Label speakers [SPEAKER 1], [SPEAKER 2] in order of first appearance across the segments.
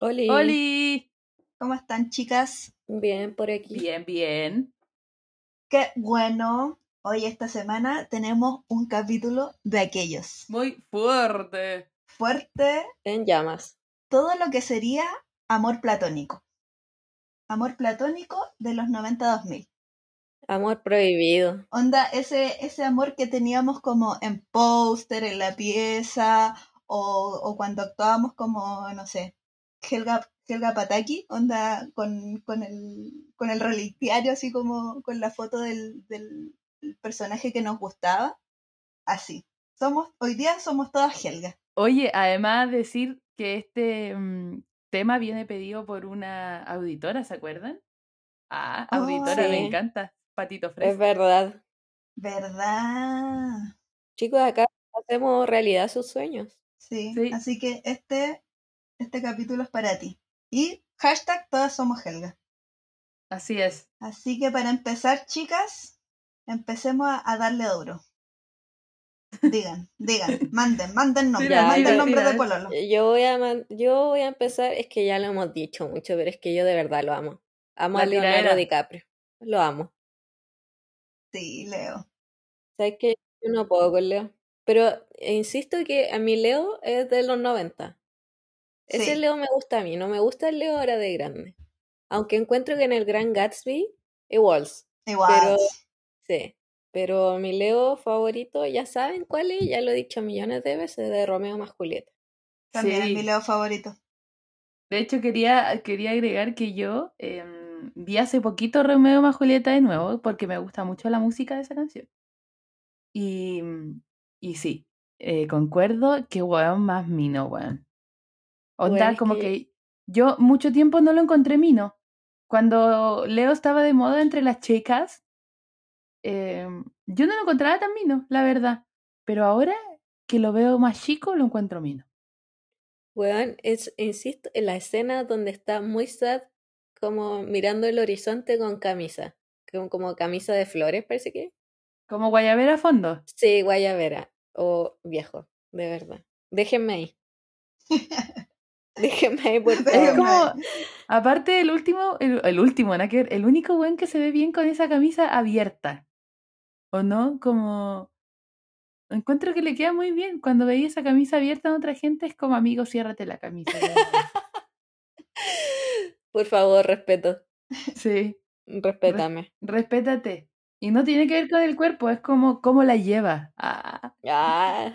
[SPEAKER 1] Oli,
[SPEAKER 2] ¡Holi!
[SPEAKER 3] ¿Cómo están, chicas?
[SPEAKER 1] bien por aquí.
[SPEAKER 2] Bien, bien.
[SPEAKER 3] Qué bueno. Hoy, esta semana, tenemos un capítulo de aquellos.
[SPEAKER 2] Muy fuerte.
[SPEAKER 3] Fuerte,
[SPEAKER 1] En llamas.
[SPEAKER 3] todo lo que sería amor platónico. Amor platónico de los 90-2000.
[SPEAKER 1] Amor prohibido.
[SPEAKER 3] Onda, ese, ese amor que teníamos como en póster, en la pieza, o, o cuando actuábamos como, no sé, Helga, Helga Pataki, onda con, con el, con el reliquiario, así como con la foto del, del personaje que nos gustaba. Así. Somos, hoy día somos todas Helga.
[SPEAKER 2] Oye, además decir que este mm, tema viene pedido por una auditora, ¿se acuerdan? Ah,
[SPEAKER 3] Oh,
[SPEAKER 2] auditora,
[SPEAKER 1] sí.
[SPEAKER 2] me encanta. Patito
[SPEAKER 1] Es
[SPEAKER 2] fresco.
[SPEAKER 1] verdad.
[SPEAKER 3] ¿Verdad?
[SPEAKER 1] Chicos, acá hacemos realidad sus sueños.
[SPEAKER 3] Sí.
[SPEAKER 2] Sí.
[SPEAKER 3] Así que este, este capítulo es para ti. Y hashtag todas somos Helga.
[SPEAKER 2] Así es.
[SPEAKER 3] Así que para empezar, chicas, empecemos a, a darle duro. Digan, digan, manden, manden nombre,
[SPEAKER 1] Tira,
[SPEAKER 3] manden
[SPEAKER 1] tira,
[SPEAKER 3] nombre
[SPEAKER 2] tira.
[SPEAKER 3] de pololo.
[SPEAKER 1] Eh, Yo voy a man- yo voy a empezar, es que ya lo hemos dicho mucho, pero es que yo de verdad lo amo. Amo
[SPEAKER 2] La
[SPEAKER 1] a Leonardo
[SPEAKER 2] tiradera.
[SPEAKER 1] DiCaprio. Lo amo.
[SPEAKER 3] Sí, Leo.
[SPEAKER 1] Sabes que yo no puedo con Leo. Pero eh, insisto que a mi Leo es de los 90. Ese
[SPEAKER 3] Sí.
[SPEAKER 1] Leo me gusta a mí, no me gusta el Leo ahora de grande. Aunque encuentro que en el Gran Gatsby, igual.
[SPEAKER 3] Igual.
[SPEAKER 1] pero- Sí, pero mi Leo favorito, ya saben cuál es, ya lo he dicho millones de veces, de Romeo más Julieta.
[SPEAKER 3] También
[SPEAKER 2] Sí.
[SPEAKER 3] es mi Leo favorito.
[SPEAKER 2] De hecho, quería, quería agregar que yo em, vi hace poquito Romeo más Julieta de nuevo porque me gusta mucho la música de esa canción. Y, mm, y sí, eh, concuerdo que weón más mino, weón. Onda,
[SPEAKER 1] Weón, es
[SPEAKER 2] como
[SPEAKER 1] que-
[SPEAKER 2] que... yo mucho tiempo no lo encontré mino. Cuando Leo estaba de moda entre las chicas, em, yo no lo encontraba tan mino, la verdad. Pero ahora que lo veo más chico, lo encuentro mino.
[SPEAKER 1] Weón, es, insisto, en la escena donde está muy sad, como mirando el horizonte con camisa, como, como camisa de flores, parece que.
[SPEAKER 2] Como guayabera a fondo.
[SPEAKER 1] Sí, guayabera, o viejo, de verdad. Déjenme ahí. Déjenme ahí por
[SPEAKER 3] Pero
[SPEAKER 2] Es
[SPEAKER 1] favor.
[SPEAKER 3] como-
[SPEAKER 2] como, aparte el último, el, el último, nada que ver, el único buen que se ve bien con esa camisa abierta. ¿O no? Como encuentro que le queda muy bien. Cuando veía esa camisa abierta en otra gente es como amigo, ciérrate la camisa. de verdad".
[SPEAKER 1] Por favor, respeto.
[SPEAKER 2] sí,
[SPEAKER 1] Respétame.
[SPEAKER 2] respétate. Y no tiene que ver con el cuerpo, es como cómo la lleva. Ah,
[SPEAKER 1] Ah,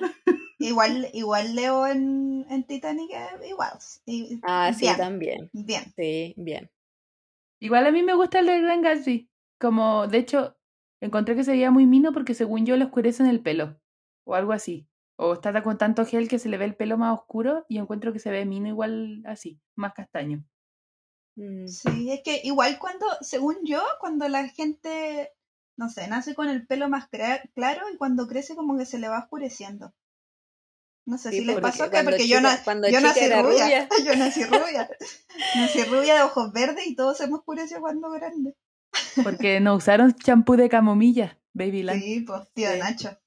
[SPEAKER 3] Igual, igual Leo en, en Titanic, eh, igual. Y-
[SPEAKER 1] ah, sí,
[SPEAKER 3] bien,
[SPEAKER 1] también.
[SPEAKER 3] bien.
[SPEAKER 1] Sí, bien.
[SPEAKER 2] Igual a mí me gusta el del Gran Gatsby. Como, de hecho, encontré que se veía muy mino porque según yo le oscurecen el pelo. O algo así. O está ta- con tanto gel que se le ve el pelo más oscuro y encuentro que se ve mino igual así, más castaño.
[SPEAKER 1] Mm.
[SPEAKER 3] Sí, es que igual cuando, según yo, cuando la gente, no sé, nace con el pelo más cra- claro y cuando crece como que se le va oscureciendo. No sé
[SPEAKER 1] Sí,
[SPEAKER 3] si les
[SPEAKER 1] porque
[SPEAKER 3] pasó que
[SPEAKER 1] cuando
[SPEAKER 3] porque yo,
[SPEAKER 1] chica-
[SPEAKER 3] na-
[SPEAKER 1] cuando
[SPEAKER 3] yo
[SPEAKER 1] chica
[SPEAKER 3] nací
[SPEAKER 1] era
[SPEAKER 3] rubia,
[SPEAKER 1] rubia.
[SPEAKER 3] yo nací rubia, nací rubia de ojos verdes y todos hemos oscureció cuando grande.
[SPEAKER 2] Porque no usaron champú de camomilla, baby land.
[SPEAKER 3] Sí, pues tío
[SPEAKER 1] Sí.
[SPEAKER 3] Nacho.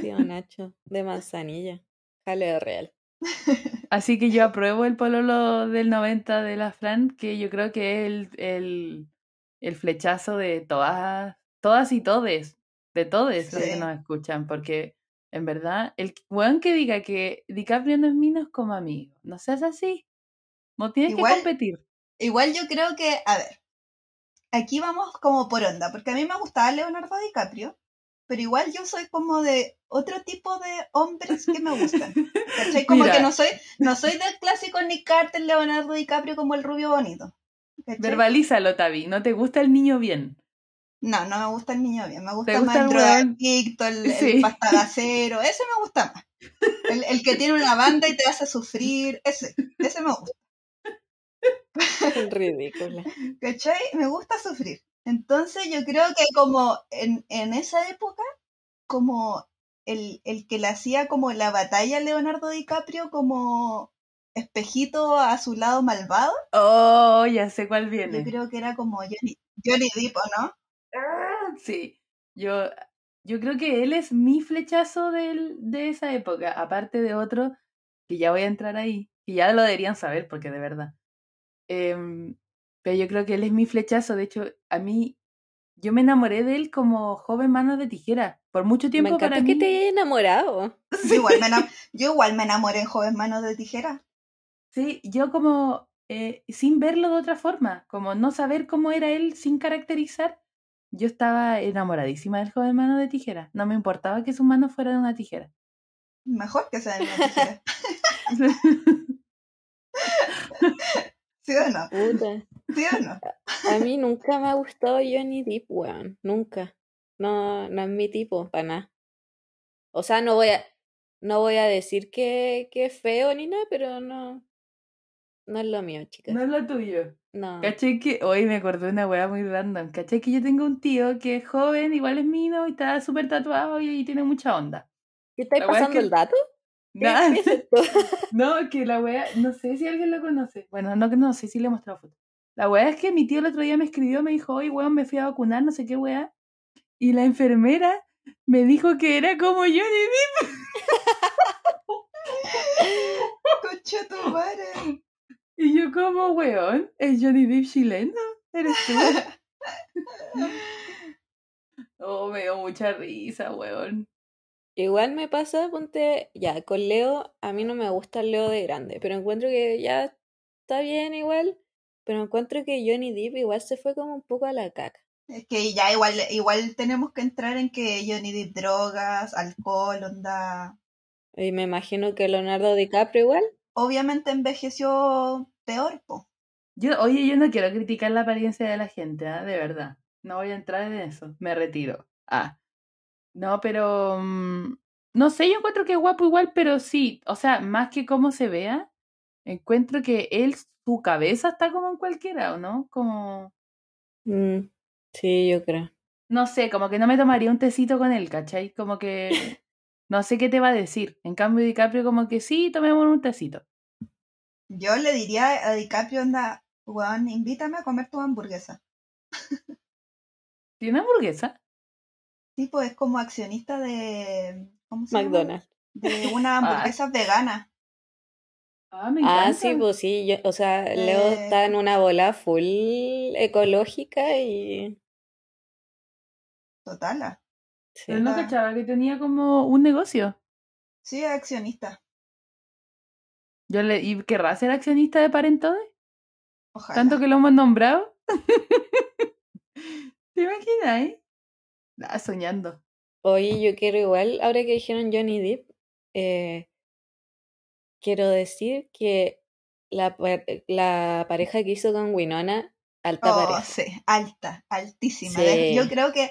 [SPEAKER 1] Tío Nacho, de manzanilla. Jaleo real.
[SPEAKER 2] Así que yo apruebo el pololo del 90 de la Fran, que yo creo que es el, el, el flechazo de todas, todas y todes, de todes los que
[SPEAKER 3] Sí.
[SPEAKER 2] nos escuchan, porque en verdad, el weón que diga que DiCaprio no es mino es como amigo. No seas así. No tienes
[SPEAKER 3] Igual-
[SPEAKER 2] que competir.
[SPEAKER 3] Igual yo creo que, a ver, aquí vamos como por onda, porque a mí me gustaba Leonardo DiCaprio, pero igual yo soy como de otro tipo de hombres que me gustan. ¿Cachai? Como
[SPEAKER 2] Mira.
[SPEAKER 3] que no soy, no soy del clásico Nick Carter, Leonardo DiCaprio como el rubio bonito. ¿cachai?
[SPEAKER 2] Verbalízalo, Tavi. No te gusta el niño bien.
[SPEAKER 3] No, no me gusta el niño bien, me gusta
[SPEAKER 2] ¿Te
[SPEAKER 3] más
[SPEAKER 2] gusta
[SPEAKER 3] el
[SPEAKER 2] el weón?
[SPEAKER 3] drogadicto, el, el
[SPEAKER 2] Sí.
[SPEAKER 3] pastagacero, ese me gusta más. El, el que tiene una banda y te hace sufrir, ese, ese me gusta.
[SPEAKER 1] Ridícula.
[SPEAKER 3] ¿Cachai? Me gusta sufrir. Entonces yo creo que como en, en esa época, como el, el que le hacía como la batalla a Leonardo DiCaprio como espejito a su lado malvado,
[SPEAKER 2] Oh, ya sé cuál viene.
[SPEAKER 3] yo creo que era como Johnny, Johnny Depp, ¿o ¿no?
[SPEAKER 2] Ah, Sí, yo, yo creo que él es mi flechazo del- de esa época, aparte de otro que ya voy a entrar ahí, que ya lo deberían saber, porque de verdad. Em, pero yo creo que él es mi flechazo. De hecho, a mí, yo me enamoré de él como joven mano de tijera. Por mucho
[SPEAKER 1] Me
[SPEAKER 2] tiempo
[SPEAKER 1] encanta
[SPEAKER 2] para
[SPEAKER 1] que
[SPEAKER 2] mí.
[SPEAKER 1] te hayas enamorado.
[SPEAKER 3] Yo igual me, enam- yo igual me enamoré en Joven Manos de Tijera.
[SPEAKER 2] Sí, yo como eh, sin verlo de otra forma, como no saber cómo era él sin caracterizar, yo estaba enamoradísima del joven mano de tijera. No me importaba que su mano fuera de una tijera.
[SPEAKER 3] Mejor que sea de una tijera. ¿Sí o no?
[SPEAKER 1] Puta.
[SPEAKER 3] ¿Sí o no?
[SPEAKER 1] A mí nunca me ha gustado Johnny Depp, weón. Nunca. No, no es mi tipo, para nada. O sea, no voy a, no voy a decir que, que es feo ni nada, pero no. No es lo mío, chicas.
[SPEAKER 2] no es lo tuyo.
[SPEAKER 1] No.
[SPEAKER 2] Caché que hoy me acordé de una weá muy random. Caché que yo tengo un tío que es joven, igual es mío, y está súper tatuado y, y tiene mucha onda.
[SPEAKER 1] ¿Qué estáis
[SPEAKER 2] La wea es
[SPEAKER 1] pasando
[SPEAKER 2] que-
[SPEAKER 1] el dato? ¿Qué,
[SPEAKER 2] Nada.
[SPEAKER 1] qué es esto?
[SPEAKER 2] No, que la wea, no sé si alguien lo conoce. Bueno, no, no sé si le he mostrado fotos. La wea es que mi tío el otro día me escribió, me dijo, oye, weón, me fui a vacunar, no sé qué wea. Y la enfermera me dijo que era como Johnny Depp.
[SPEAKER 3] Concha tu madre.
[SPEAKER 2] Y yo como, weón, ¿es Johnny Depp chileno? ¿Eres tú? Oh, me dio mucha risa, weón.
[SPEAKER 1] Igual me pasa, ponte, ya, con Leo, a mí no me gusta el Leo de grande, pero encuentro que ya está bien igual, pero encuentro que Johnny Depp igual se fue como un poco a la caca.
[SPEAKER 3] Es que ya igual, igual tenemos que entrar en que Johnny Depp drogas, alcohol, onda.
[SPEAKER 1] Y me imagino que Leonardo DiCaprio igual.
[SPEAKER 3] Obviamente envejeció peor, po.
[SPEAKER 2] Yo, oye, yo no quiero criticar la apariencia de la gente, ah, de verdad. No voy a entrar en eso. Me retiro. Ah. No, pero. mm, no sé, yo encuentro que es guapo igual, pero sí. O sea, más que cómo se vea, encuentro que él, su cabeza está como en cualquiera, ¿o no? Como.
[SPEAKER 1] Mm, sí, yo creo.
[SPEAKER 2] No sé, como que no me tomaría un tecito con él, ¿cachai? Como que. No sé qué te va a decir. En cambio, DiCaprio, como que sí, tomemos un tecito.
[SPEAKER 3] Yo le diría a DiCaprio, onda, weón, invítame a comer tu hamburguesa.
[SPEAKER 2] ¿Tiene hamburguesa?
[SPEAKER 3] Tipo, es como accionista de. ¿Cómo se llama?
[SPEAKER 1] McDonald's.
[SPEAKER 3] de una hamburguesa vegana.
[SPEAKER 2] Ah, me encanta.
[SPEAKER 1] Ah, sí, pues sí, yo- o sea, Leo
[SPEAKER 3] Eh,
[SPEAKER 1] está en una bola full ecológica y...
[SPEAKER 3] Total.
[SPEAKER 1] Sí.
[SPEAKER 2] Pero no
[SPEAKER 3] Ah.
[SPEAKER 2] cachaba que tenía como un negocio.
[SPEAKER 3] Sí, es accionista.
[SPEAKER 2] Yo le, ¿Y querrá ser accionista de Parentode?
[SPEAKER 3] Ojalá.
[SPEAKER 2] Tanto que lo hemos nombrado. ¿Te imaginas, eh? Ah, soñando.
[SPEAKER 1] Oye, yo quiero igual, ahora que dijeron Johnny Depp, eh, quiero decir que la, pa- eh, la pareja que hizo con Winona, alta
[SPEAKER 3] Oh,
[SPEAKER 1] pareja.
[SPEAKER 3] sí, alta, altísima.
[SPEAKER 1] Sí.
[SPEAKER 3] De- Yo creo que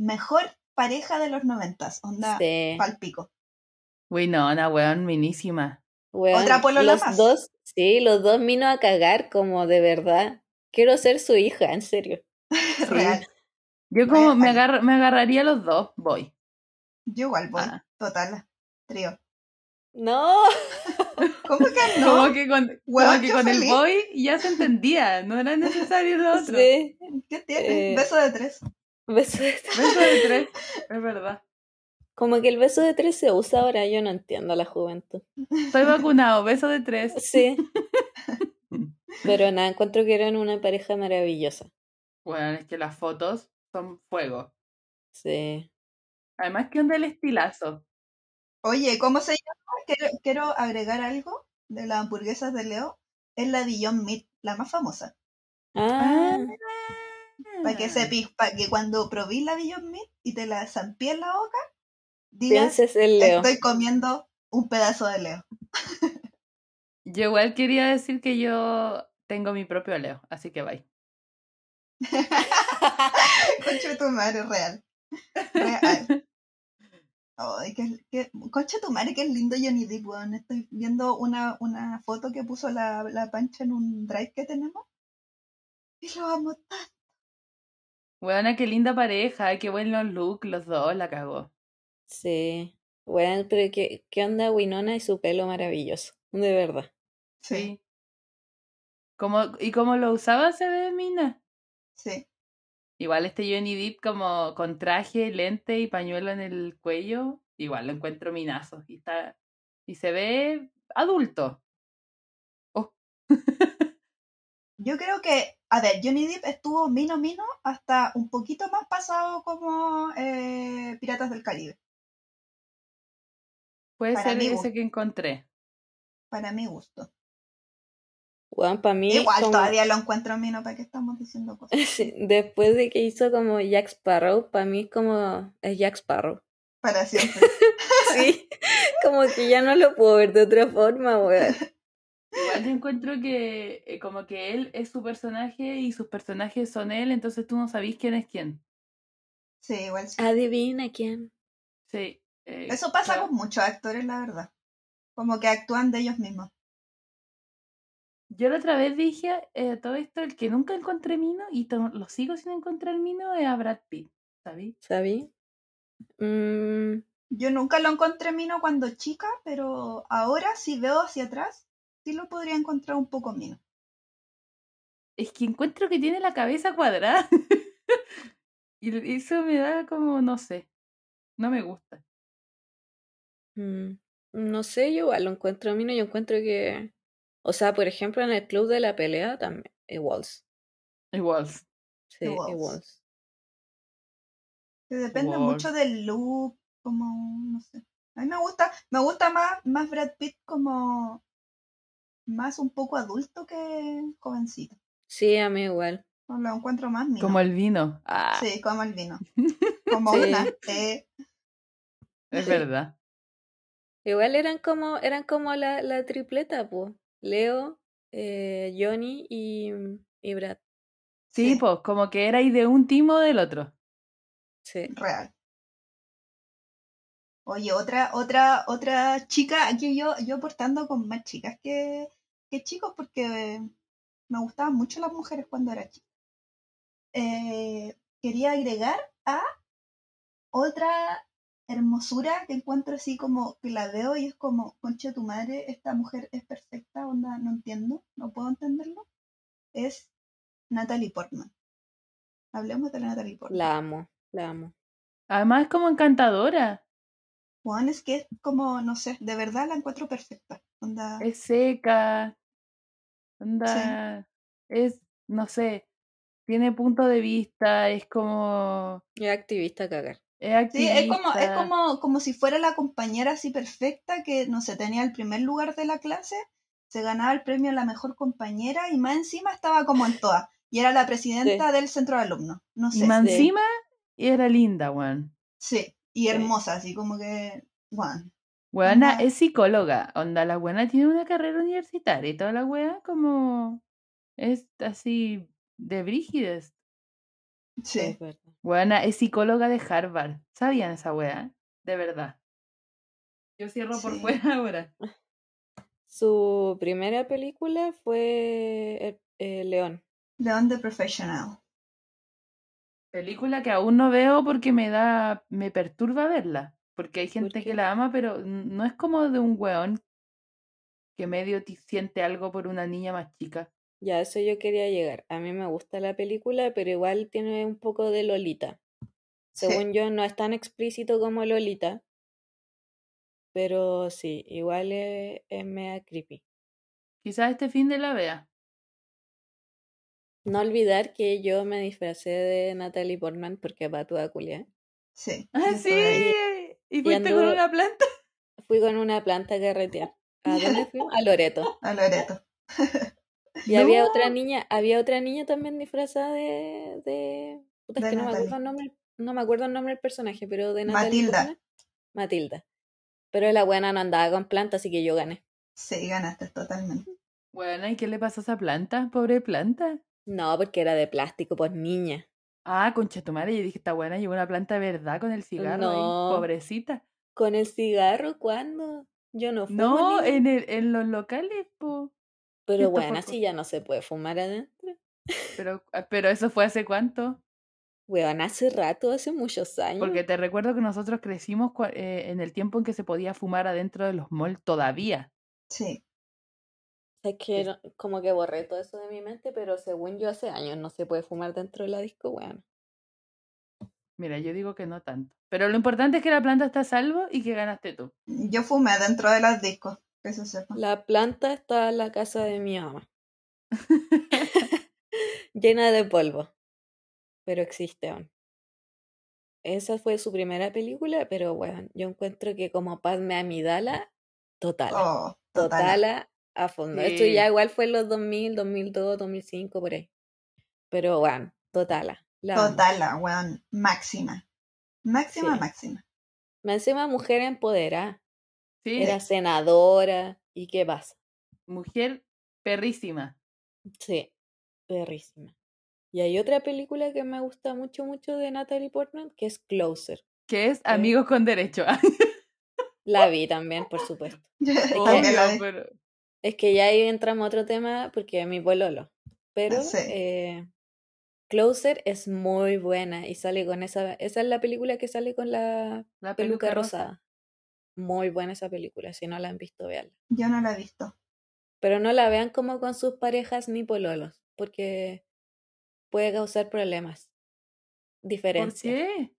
[SPEAKER 3] mejor pareja de los noventas. Onda,
[SPEAKER 1] Sí.
[SPEAKER 3] palpico.
[SPEAKER 2] Winona, weón, minísima.
[SPEAKER 1] Weón,
[SPEAKER 3] Otra polola
[SPEAKER 1] los
[SPEAKER 3] más.
[SPEAKER 1] dos, sí, los dos vino a cagar como de verdad. Quiero ser su hija, en serio.
[SPEAKER 2] Sí.
[SPEAKER 3] Real.
[SPEAKER 2] Yo como
[SPEAKER 3] Vaya
[SPEAKER 2] me,
[SPEAKER 3] fan.
[SPEAKER 2] agarr- me agarraría a los dos, voy.
[SPEAKER 3] Yo igual voy.
[SPEAKER 2] Ah.
[SPEAKER 3] Total. Trío.
[SPEAKER 1] No,
[SPEAKER 3] ¿Cómo que no?
[SPEAKER 2] Como que con,
[SPEAKER 3] Weón,
[SPEAKER 2] como que
[SPEAKER 3] yo
[SPEAKER 2] con el
[SPEAKER 3] feliz.
[SPEAKER 2] voy ya se entendía, no era necesario lo otro.
[SPEAKER 1] sí.
[SPEAKER 3] ¿Qué tiene?
[SPEAKER 1] Eh.
[SPEAKER 3] Beso de tres.
[SPEAKER 1] Beso de tres.
[SPEAKER 2] Beso de tres, es verdad.
[SPEAKER 1] Como que el beso de tres se usa ahora, yo no entiendo la juventud.
[SPEAKER 2] Estoy vacunado, beso de tres.
[SPEAKER 1] Sí, pero nada, encuentro que eran una pareja maravillosa.
[SPEAKER 2] Bueno, es que las fotos son fuego.
[SPEAKER 1] Sí.
[SPEAKER 2] Además, ¿qué onda el estilazo?
[SPEAKER 3] Oye, ¿cómo se llama? Quiero, quiero agregar algo de las hamburguesas de Leo. Es la Dijon Meat, la más famosa.
[SPEAKER 1] Ah,
[SPEAKER 3] Para que sepis, para que cuando probís la Dijon Meat y te la zampí en la boca, digas,
[SPEAKER 1] pienses en Leo.
[SPEAKER 3] estoy comiendo un pedazo de Leo.
[SPEAKER 2] Yo igual quería decir que yo tengo mi propio Leo, así que bye.
[SPEAKER 3] Concha tu madre, real. Real. Ay, qué, qué- concha tu madre, qué lindo Johnny Depp, weón. Estoy viendo una, una foto que puso la, la pancha en un drive que tenemos. Y lo amo tanto.
[SPEAKER 2] Buena, qué linda pareja, qué buenos look, los dos la cagó.
[SPEAKER 1] Sí. Bueno, pero ¿qué, qué onda Winona y su pelo maravilloso? De verdad.
[SPEAKER 3] Sí,
[SPEAKER 2] Sí. Como, y como lo usaba se ve mina.
[SPEAKER 3] sí.
[SPEAKER 2] Igual este Johnny Depp como con traje, lente y pañuelo en el cuello, igual lo encuentro minazo. Y está, y se ve adulto.
[SPEAKER 3] Yo creo que, a ver, Johnny Depp estuvo mino mino hasta un poquito más pasado como eh, Piratas del Caribe,
[SPEAKER 2] Puede
[SPEAKER 3] Para
[SPEAKER 2] ser
[SPEAKER 3] mí,
[SPEAKER 2] ese que encontré.
[SPEAKER 3] para mi gusto.
[SPEAKER 1] Weón, para mí,
[SPEAKER 3] Igual
[SPEAKER 1] como-
[SPEAKER 3] todavía lo encuentro mino, ¿para qué estamos diciendo cosas?
[SPEAKER 1] sí, después de que hizo como Jack Sparrow, para mí es como es Jack Sparrow.
[SPEAKER 3] Para siempre.
[SPEAKER 1] Sí, como que ya no lo puedo ver de otra forma, weón.
[SPEAKER 2] Igual yo encuentro que eh, como que él es su personaje y sus personajes son él, entonces tú no sabís quién es quién.
[SPEAKER 3] Sí, igual sí.
[SPEAKER 1] Adivina quién.
[SPEAKER 2] Sí. eh,
[SPEAKER 3] Eso pasa
[SPEAKER 2] claro.
[SPEAKER 3] con muchos actores, la verdad. Como que actúan de ellos mismos.
[SPEAKER 2] Yo la otra vez dije eh, todo esto, el que nunca encontré Mino y to- lo sigo sin encontrar Mino es a Brad Pitt, ¿sabí?
[SPEAKER 1] ¿Sabí? Mm,
[SPEAKER 3] Yo nunca lo encontré mino cuando chica, pero ahora si veo hacia atrás, sí lo podría encontrar un poco mino.
[SPEAKER 2] Es que encuentro que tiene la cabeza cuadrada. y eso me da como, no sé, no me gusta.
[SPEAKER 1] mm, no sé, yo igual lo encuentro a mí, no, yo encuentro que. O sea, por ejemplo, en el club de la pelea también. Igual.
[SPEAKER 2] Igual.
[SPEAKER 1] Sí,
[SPEAKER 3] Igual.
[SPEAKER 1] igual.
[SPEAKER 3] Que depende
[SPEAKER 2] Wow.
[SPEAKER 3] mucho del look, como, no sé. A mí me gusta, me gusta más, más Brad Pitt como más un poco adulto que jovencito.
[SPEAKER 1] Sí, a mí igual.
[SPEAKER 3] No Lo encuentro más mino.
[SPEAKER 2] Como el vino. Ah,
[SPEAKER 3] Sí, como el vino. Como
[SPEAKER 1] Sí.
[SPEAKER 3] una té.
[SPEAKER 2] es
[SPEAKER 1] sí.
[SPEAKER 2] verdad.
[SPEAKER 1] Igual eran como, eran como la, la tripleta, po. Leo, eh, Johnny y, y Brad.
[SPEAKER 2] Sí,
[SPEAKER 3] Sí,
[SPEAKER 2] pues como que era y de un timo o del otro.
[SPEAKER 1] Sí.
[SPEAKER 3] real. Oye, otra, otra, otra chica, aquí yo, yo portando con más chicas que, que chicos, porque me gustaban mucho las mujeres cuando era chica. Eh, quería agregar a otra hermosura que encuentro así como que la veo y es como, concha tu madre, esta mujer es perfecta, onda, no entiendo, no puedo entenderlo. Es Natalie Portman. Hablemos de la Natalie Portman.
[SPEAKER 1] La amo, la amo.
[SPEAKER 2] Además es como encantadora.
[SPEAKER 3] Juan, es que es como, no sé, de verdad la encuentro perfecta. Onda,
[SPEAKER 2] Es seca. Anda. Es, no sé, tiene punto de vista, es como...
[SPEAKER 1] Es activista a cagar.
[SPEAKER 2] Es
[SPEAKER 3] Sí,
[SPEAKER 2] activista.
[SPEAKER 3] es como, es como, como si fuera la compañera así perfecta que, no sé, tenía el primer lugar de la clase, se ganaba el premio a la mejor compañera y más encima estaba como en todas. Y era la presidenta del centro de alumnos. No
[SPEAKER 2] Y
[SPEAKER 3] sé.
[SPEAKER 2] más
[SPEAKER 1] Sí.
[SPEAKER 2] encima era linda, weón.
[SPEAKER 3] Sí. Y hermosa, así como que. Juan.
[SPEAKER 2] Weona
[SPEAKER 3] Onda-
[SPEAKER 2] es psicóloga. Onda, la buena tiene una carrera universitaria y toda la wea como... Es así de brígides.
[SPEAKER 1] Es
[SPEAKER 3] Sí.
[SPEAKER 1] verdad.
[SPEAKER 2] Buena, es psicóloga de Harvard. ¿Sabían esa weá? De verdad. Yo cierro por
[SPEAKER 3] Sí.
[SPEAKER 2] fuera ahora.
[SPEAKER 1] Su primera película fue el- eh, León.
[SPEAKER 3] León de Professional.
[SPEAKER 2] Película que aún no veo porque me da, me perturba verla. Porque hay gente
[SPEAKER 1] qué?
[SPEAKER 2] que la ama, pero n- no es como de un weón que medio ti- siente algo por una niña más chica.
[SPEAKER 1] Ya, a eso yo quería llegar. A mí me gusta la película, pero igual tiene un poco de Lolita.
[SPEAKER 3] Sí.
[SPEAKER 1] Según yo, no es tan explícito como Lolita, pero sí, igual es, es mea creepy.
[SPEAKER 2] Quizás este fin de la vea.
[SPEAKER 1] No olvidar que yo me disfracé de Natalie Portman porque patúa culia.
[SPEAKER 3] Sí.
[SPEAKER 2] ¡Ah,
[SPEAKER 3] yo
[SPEAKER 2] sí!
[SPEAKER 3] estuve ahí.
[SPEAKER 2] ¿Y
[SPEAKER 1] Y
[SPEAKER 2] fuiste con
[SPEAKER 1] anduvo-
[SPEAKER 2] una planta?
[SPEAKER 1] Fui con una planta a carretear. ¿A dónde fuimos? A Loreto.
[SPEAKER 3] A Loreto.
[SPEAKER 1] Y
[SPEAKER 2] ¡No!
[SPEAKER 1] había otra niña, había otra niña también disfrazada de, de... Puta, es
[SPEAKER 3] De
[SPEAKER 1] que no me
[SPEAKER 3] Natalie.
[SPEAKER 1] acuerdo el nombre, no me acuerdo el nombre del personaje, pero de Natalie
[SPEAKER 3] Matilda.
[SPEAKER 1] Portman, Matilda. Pero la buena no andaba con planta, así que yo gané.
[SPEAKER 3] Sí, ganaste totalmente.
[SPEAKER 2] Bueno, ¿y qué le pasó a esa planta? Pobre planta.
[SPEAKER 1] No, porque era de plástico, pues niña.
[SPEAKER 2] Ah, concha tu madre, yo dije, está buena, llegó una planta de verdad con el cigarro ahí,
[SPEAKER 1] No.
[SPEAKER 2] pobrecita.
[SPEAKER 1] ¿Con el cigarro cuándo? Yo no fumo,
[SPEAKER 2] No,
[SPEAKER 1] niña.
[SPEAKER 2] en, el, en los locales, po.
[SPEAKER 1] Pero
[SPEAKER 2] esto fue
[SPEAKER 1] bueno,
[SPEAKER 2] co-
[SPEAKER 1] así ya no se puede fumar adentro.
[SPEAKER 2] Pero, ah, pero eso fue hace cuánto?
[SPEAKER 1] Weón, hace rato, hace muchos años.
[SPEAKER 2] Porque te recuerdo que nosotros crecimos cua- eh, en el tiempo en que se podía fumar adentro de los malls todavía.
[SPEAKER 3] Sí.
[SPEAKER 1] Es que no- como que borré todo eso de mi mente, pero según yo hace años no se puede fumar dentro de la disco, weón.
[SPEAKER 2] Mira, yo digo que no tanto. Pero lo importante es que la planta está a salvo y que ganaste tú.
[SPEAKER 3] Yo fumé dentro de las discos. Eso sepa.
[SPEAKER 1] La planta está en la casa de mi mamá. Llena de polvo. Pero existe aún. Esa fue su primera película, pero bueno, yo encuentro que como Padme Amidala, total.
[SPEAKER 3] Oh, total.
[SPEAKER 1] Totala a fondo. Esto
[SPEAKER 2] Sí.
[SPEAKER 1] ya igual fue en los 2000, 2002, 2005, por ahí. Pero bueno, Totala. La amo.
[SPEAKER 3] Totala, weón. Máxima. Máxima,
[SPEAKER 1] Sí.
[SPEAKER 3] máxima.
[SPEAKER 1] Me encima mujer empoderada.
[SPEAKER 2] Sí,
[SPEAKER 1] Era senadora. ¿Y qué pasa?
[SPEAKER 2] mujer perrísima.
[SPEAKER 1] Sí, perrísima. Y hay otra película que me gusta mucho, mucho de Natalie Portman, que es Closer.
[SPEAKER 2] Que es amigos con derecho.
[SPEAKER 1] La vi también, por supuesto.
[SPEAKER 3] También la
[SPEAKER 2] Obvio,
[SPEAKER 3] vi.
[SPEAKER 2] Oh, pero-
[SPEAKER 1] Es que ya ahí entramos a otro tema porque es mi pololo. Pero
[SPEAKER 3] Sí.
[SPEAKER 1] eh, Closer es muy buena y sale con esa. Esa es la película que sale con la peluca,
[SPEAKER 2] La peluca rosa.
[SPEAKER 1] rosada. Muy buena esa película. Si no la han visto, veanla.
[SPEAKER 3] Yo no la he visto.
[SPEAKER 1] Pero no la vean como con sus parejas ni pololos, porque puede causar problemas,
[SPEAKER 2] ¿Por
[SPEAKER 1] diferencias.
[SPEAKER 2] qué?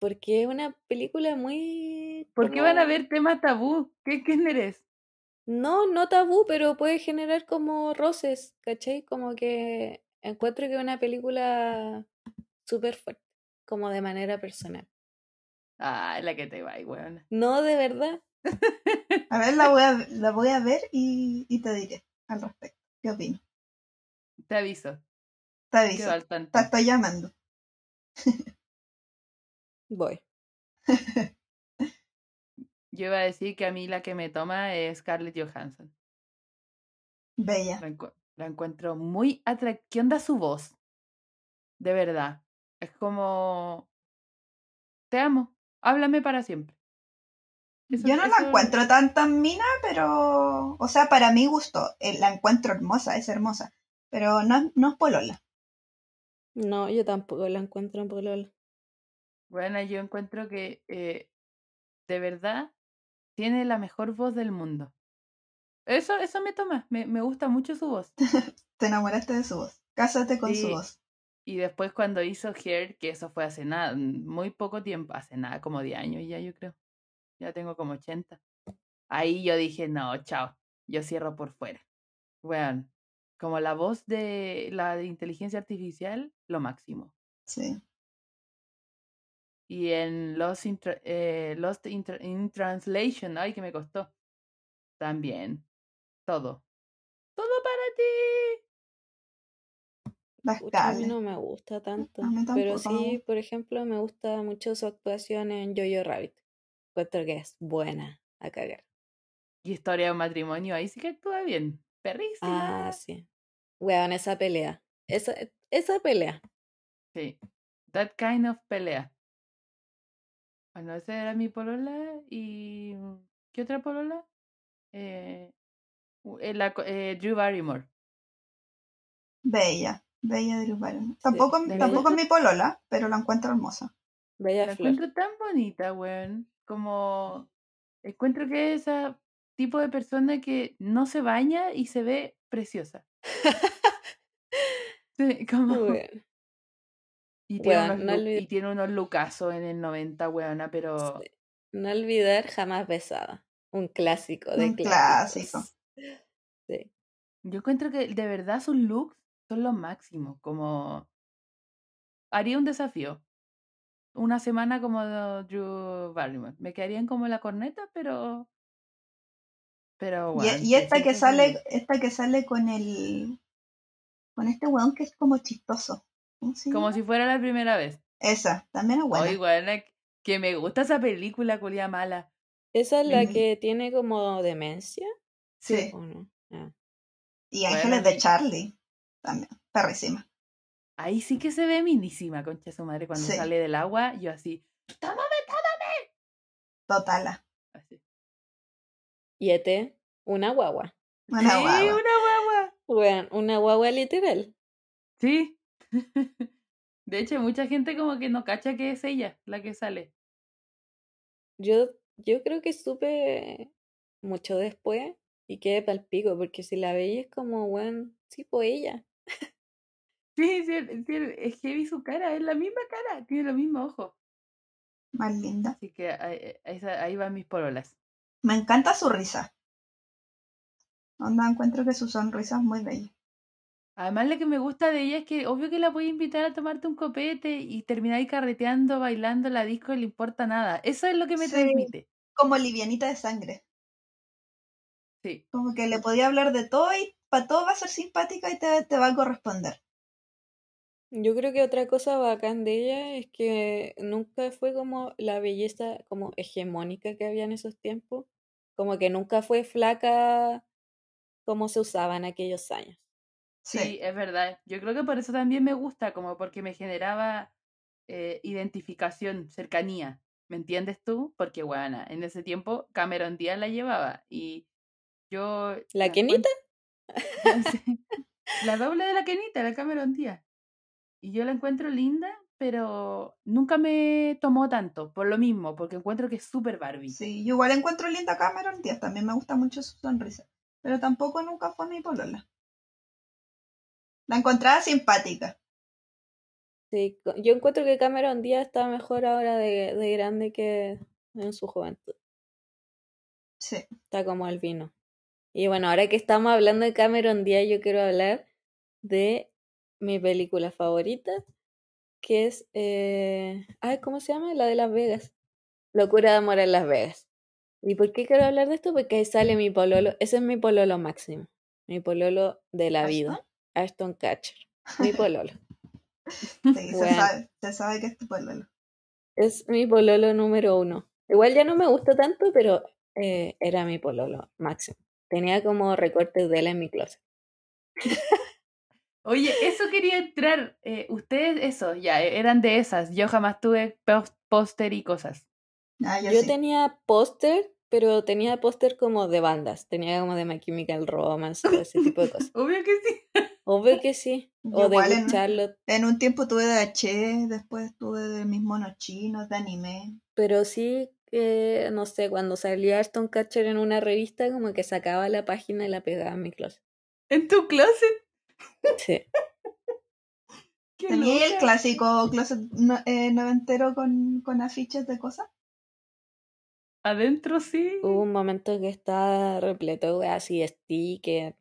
[SPEAKER 1] Porque es una película muy.
[SPEAKER 2] ¿Por qué van a
[SPEAKER 1] como-
[SPEAKER 2] ver temas tabú? ¿Qué, ¿Quién eres?
[SPEAKER 1] No, no tabú, pero puede generar como roces, ¿cachai? Como que encuentro que es una película súper fuerte, como de manera personal.
[SPEAKER 2] Ah, la que te va, weón.
[SPEAKER 1] No, de verdad.
[SPEAKER 3] A ver, la voy a, la voy a ver y, y te diré al respecto. ¿Qué opino?
[SPEAKER 2] Te aviso.
[SPEAKER 3] Te
[SPEAKER 2] Quedo
[SPEAKER 3] aviso.
[SPEAKER 2] al tanto.
[SPEAKER 3] Te estoy llamando.
[SPEAKER 1] Voy.
[SPEAKER 2] Yo iba a decir que a mí la que me toma es Scarlett Johansson.
[SPEAKER 3] Bella.
[SPEAKER 2] La, encu- la encuentro muy atractiva. ¿Qué onda su voz? De verdad. Es como. Te amo. Háblame para siempre. Eso-
[SPEAKER 3] Yo no la
[SPEAKER 2] eso-
[SPEAKER 3] encuentro tan tan mina, pero. O sea, para mi gusto, eh, la encuentro hermosa, es hermosa. Pero no, no es polola.
[SPEAKER 1] No, yo tampoco la encuentro en pololo.
[SPEAKER 2] Bueno, yo encuentro que eh, de verdad tiene la mejor voz del mundo. Eso, eso me toma. Me, me gusta mucho su voz.
[SPEAKER 3] Te enamoraste de su voz. Cásate con su
[SPEAKER 2] Sí.
[SPEAKER 3] voz.
[SPEAKER 2] Y después cuando hizo Hair, que eso fue hace nada, mm, muy poco tiempo, hace nada, como 10 años ya yo creo. Ya tengo como 80. Ahí yo dije, no, chao, yo cierro por fuera. Bueno, como la voz de la de inteligencia artificial, lo máximo.
[SPEAKER 3] Sí.
[SPEAKER 2] Y en Lost in, Tra- eh, Lost in, Tra- in Translation, ay, que me costó. También. Todo. Todo para ti.
[SPEAKER 3] Las
[SPEAKER 1] Pucha, a mí
[SPEAKER 3] cales.
[SPEAKER 1] no me gusta tanto,
[SPEAKER 3] A mí tampoco
[SPEAKER 1] pero
[SPEAKER 3] me
[SPEAKER 1] sí,
[SPEAKER 3] gusta.
[SPEAKER 1] por ejemplo, me gusta mucho su actuación en Jojo Rabbit. Encuentro que es buena a cagar.
[SPEAKER 2] Y historia de un matrimonio, ahí sí que actúa
[SPEAKER 1] Ah,
[SPEAKER 2] bien. Perrísima.
[SPEAKER 1] sí. Weón, esa pelea. Esa, e, esa pelea.
[SPEAKER 2] Sí. That kind of pelea. Bueno, esa era mi polola. ¿Y mm, qué otra polola? Eh, u- eh, la co- eh, Drew Barrymore.
[SPEAKER 3] Bella. Bella de Drew Barrymore.
[SPEAKER 1] Sí,
[SPEAKER 3] Tampoco,
[SPEAKER 2] La
[SPEAKER 3] tampoco
[SPEAKER 1] bella,
[SPEAKER 3] es
[SPEAKER 2] encuentro,
[SPEAKER 3] mi polola, pero la encuentro hermosa.
[SPEAKER 1] bella
[SPEAKER 2] la
[SPEAKER 1] flor.
[SPEAKER 2] encuentro tan bonita, weón. Como encuentro que es ese tipo de persona que no se baña y se ve preciosa. Sí, como,
[SPEAKER 1] Weón,
[SPEAKER 2] y tiene
[SPEAKER 1] weón,
[SPEAKER 2] unos
[SPEAKER 1] no,
[SPEAKER 2] look,
[SPEAKER 1] olvi-
[SPEAKER 2] y tiene unos lookazos en el 90, weona, pero
[SPEAKER 1] no olvidar jamás besada. Un clásico de
[SPEAKER 3] Un clásico.
[SPEAKER 1] clásicos. Sí.
[SPEAKER 2] yo encuentro que de verdad sus looks son lo máximo. Como haría un desafío. una semana como de Drew Barrymore. Me quedarían como la corneta, pero.
[SPEAKER 3] Y, e
[SPEAKER 2] Pero bueno,
[SPEAKER 3] y
[SPEAKER 2] te
[SPEAKER 3] esta que
[SPEAKER 2] siento feliz.
[SPEAKER 3] sale, esta que sale con el, con este weón que es como chistoso. ¿Cómo se
[SPEAKER 2] Como
[SPEAKER 3] llama?
[SPEAKER 2] si fuera la primera vez.
[SPEAKER 3] Esa, también es
[SPEAKER 2] Oye,
[SPEAKER 3] buena.
[SPEAKER 2] buena, que me gusta esa película, culia mala.
[SPEAKER 1] ¿Esa es la
[SPEAKER 3] Mm,
[SPEAKER 1] que tiene como demencia?
[SPEAKER 2] Sí.
[SPEAKER 3] sí.
[SPEAKER 1] ¿O no? Ah.
[SPEAKER 3] Y
[SPEAKER 2] Bueno,
[SPEAKER 3] Ángeles de
[SPEAKER 2] mi...
[SPEAKER 3] Charlie, también. Perrísima.
[SPEAKER 2] ahí sí que se ve minísima, concha su madre. Cuando
[SPEAKER 3] Sí,
[SPEAKER 2] sale del agua, yo así. ¡Tómame, tómame!
[SPEAKER 3] totala.
[SPEAKER 2] Así.
[SPEAKER 1] Y ET, una guagua.
[SPEAKER 3] Buena
[SPEAKER 2] Sí,
[SPEAKER 3] guagua.
[SPEAKER 2] una guagua.
[SPEAKER 1] Weón, una guagua literal.
[SPEAKER 2] Sí. De hecho, mucha gente como que no cacha que es ella la que sale.
[SPEAKER 1] Yo, yo creo que supe mucho después y quedé palpico, porque si la veía es como, weón, sí, pues ella.
[SPEAKER 2] Sí, sí, sí, es que vi su cara, es la misma cara, tiene los mismos ojos.
[SPEAKER 3] Más linda.
[SPEAKER 2] e, Así que ahí, ahí- esa- ahí van mis porolas.
[SPEAKER 3] Me encanta su risa. Onda, encuentro que su sonrisa es muy bella.
[SPEAKER 2] Además, lo que me gusta de ella es que obvio que la voy a invitar a tomarte un copete y terminar ahí carreteando, bailando la disco, y le importa nada. Eso es lo que me
[SPEAKER 3] Sí.
[SPEAKER 2] transmite.
[SPEAKER 3] Como livianita de sangre.
[SPEAKER 2] Sí.
[SPEAKER 3] Como que le podía hablar de todo y para todo va a ser simpática y te, te va a corresponder.
[SPEAKER 1] Yo creo que otra cosa bacán de ella es que nunca fue como la belleza como hegemónica que había en esos tiempos, como que nunca fue flaca como se usaba en aquellos años.
[SPEAKER 2] Sí, es verdad. Yo creo que por eso también me gusta, como porque me generaba eh, identificación, cercanía. ¿Me entiendes tú? Porque, bueno, en ese tiempo Cameron Díaz la llevaba y yo...
[SPEAKER 1] ¿La
[SPEAKER 2] encuent-
[SPEAKER 1] Kenita?
[SPEAKER 2] Yo sí. La doble de la Kenita, la Cameron Díaz. Y yo la encuentro linda, pero nunca me tomó tanto, por lo mismo, porque encuentro que es súper Barbie.
[SPEAKER 3] Sí, yo igual encuentro linda a Cameron Díaz, también me gusta mucho su sonrisa, pero tampoco nunca fue mi polola. La encontraba simpática.
[SPEAKER 1] Sí, co- yo encuentro que Cameron Díaz está mejor ahora de, de grande que en su juventud.
[SPEAKER 3] Sí.
[SPEAKER 1] Está como el vino. Y bueno, ahora que estamos hablando de Cameron Díaz, yo quiero hablar de mi película favorita, que es, eh... ay, ¿cómo se llama? La de Las Vegas. Locura de amor en Las Vegas. ¿Y por qué quiero hablar de esto? Porque ahí sale mi pololo, ese es mi pololo máximo, mi pololo de la vida, Ashton Catcher, mi pololo.
[SPEAKER 3] Sí, se
[SPEAKER 1] Bueno.
[SPEAKER 3] sabe, se sabe que es tu pololo.
[SPEAKER 1] Es mi pololo número uno. Igual ya no me gusta tanto, pero eh, era mi pololo máximo. Tenía como recortes de él en mi closet.
[SPEAKER 2] Oye, eso quería entrar. eh, ustedes, eso, ya, eh, eran de esas. Yo jamás tuve pos- póster y cosas.
[SPEAKER 3] Ah, yo,
[SPEAKER 1] Yo
[SPEAKER 3] sí.
[SPEAKER 1] tenía póster, pero tenía póster como de bandas. Tenía como de My Chemical Romance o ese tipo de cosas.
[SPEAKER 2] Obvio que sí.
[SPEAKER 1] Obvio que sí.
[SPEAKER 3] Yo
[SPEAKER 1] O de
[SPEAKER 3] igual
[SPEAKER 1] Good
[SPEAKER 3] en-
[SPEAKER 1] Charlotte.
[SPEAKER 3] En un tiempo tuve de H, después tuve de mis monos chinos, de anime.
[SPEAKER 1] Pero sí que, no sé, cuando salía Ashton Catcher en una revista, como que sacaba la página y la pegaba en mi closet.
[SPEAKER 2] En tu closet.
[SPEAKER 1] Sí.
[SPEAKER 2] Qué
[SPEAKER 3] Tenía el
[SPEAKER 2] loca.
[SPEAKER 3] clásico closet no- eh, noventero con, con afiches de cosas.
[SPEAKER 2] Adentro sí.
[SPEAKER 1] Hubo un momento que estaba repleto de weas así, sticker,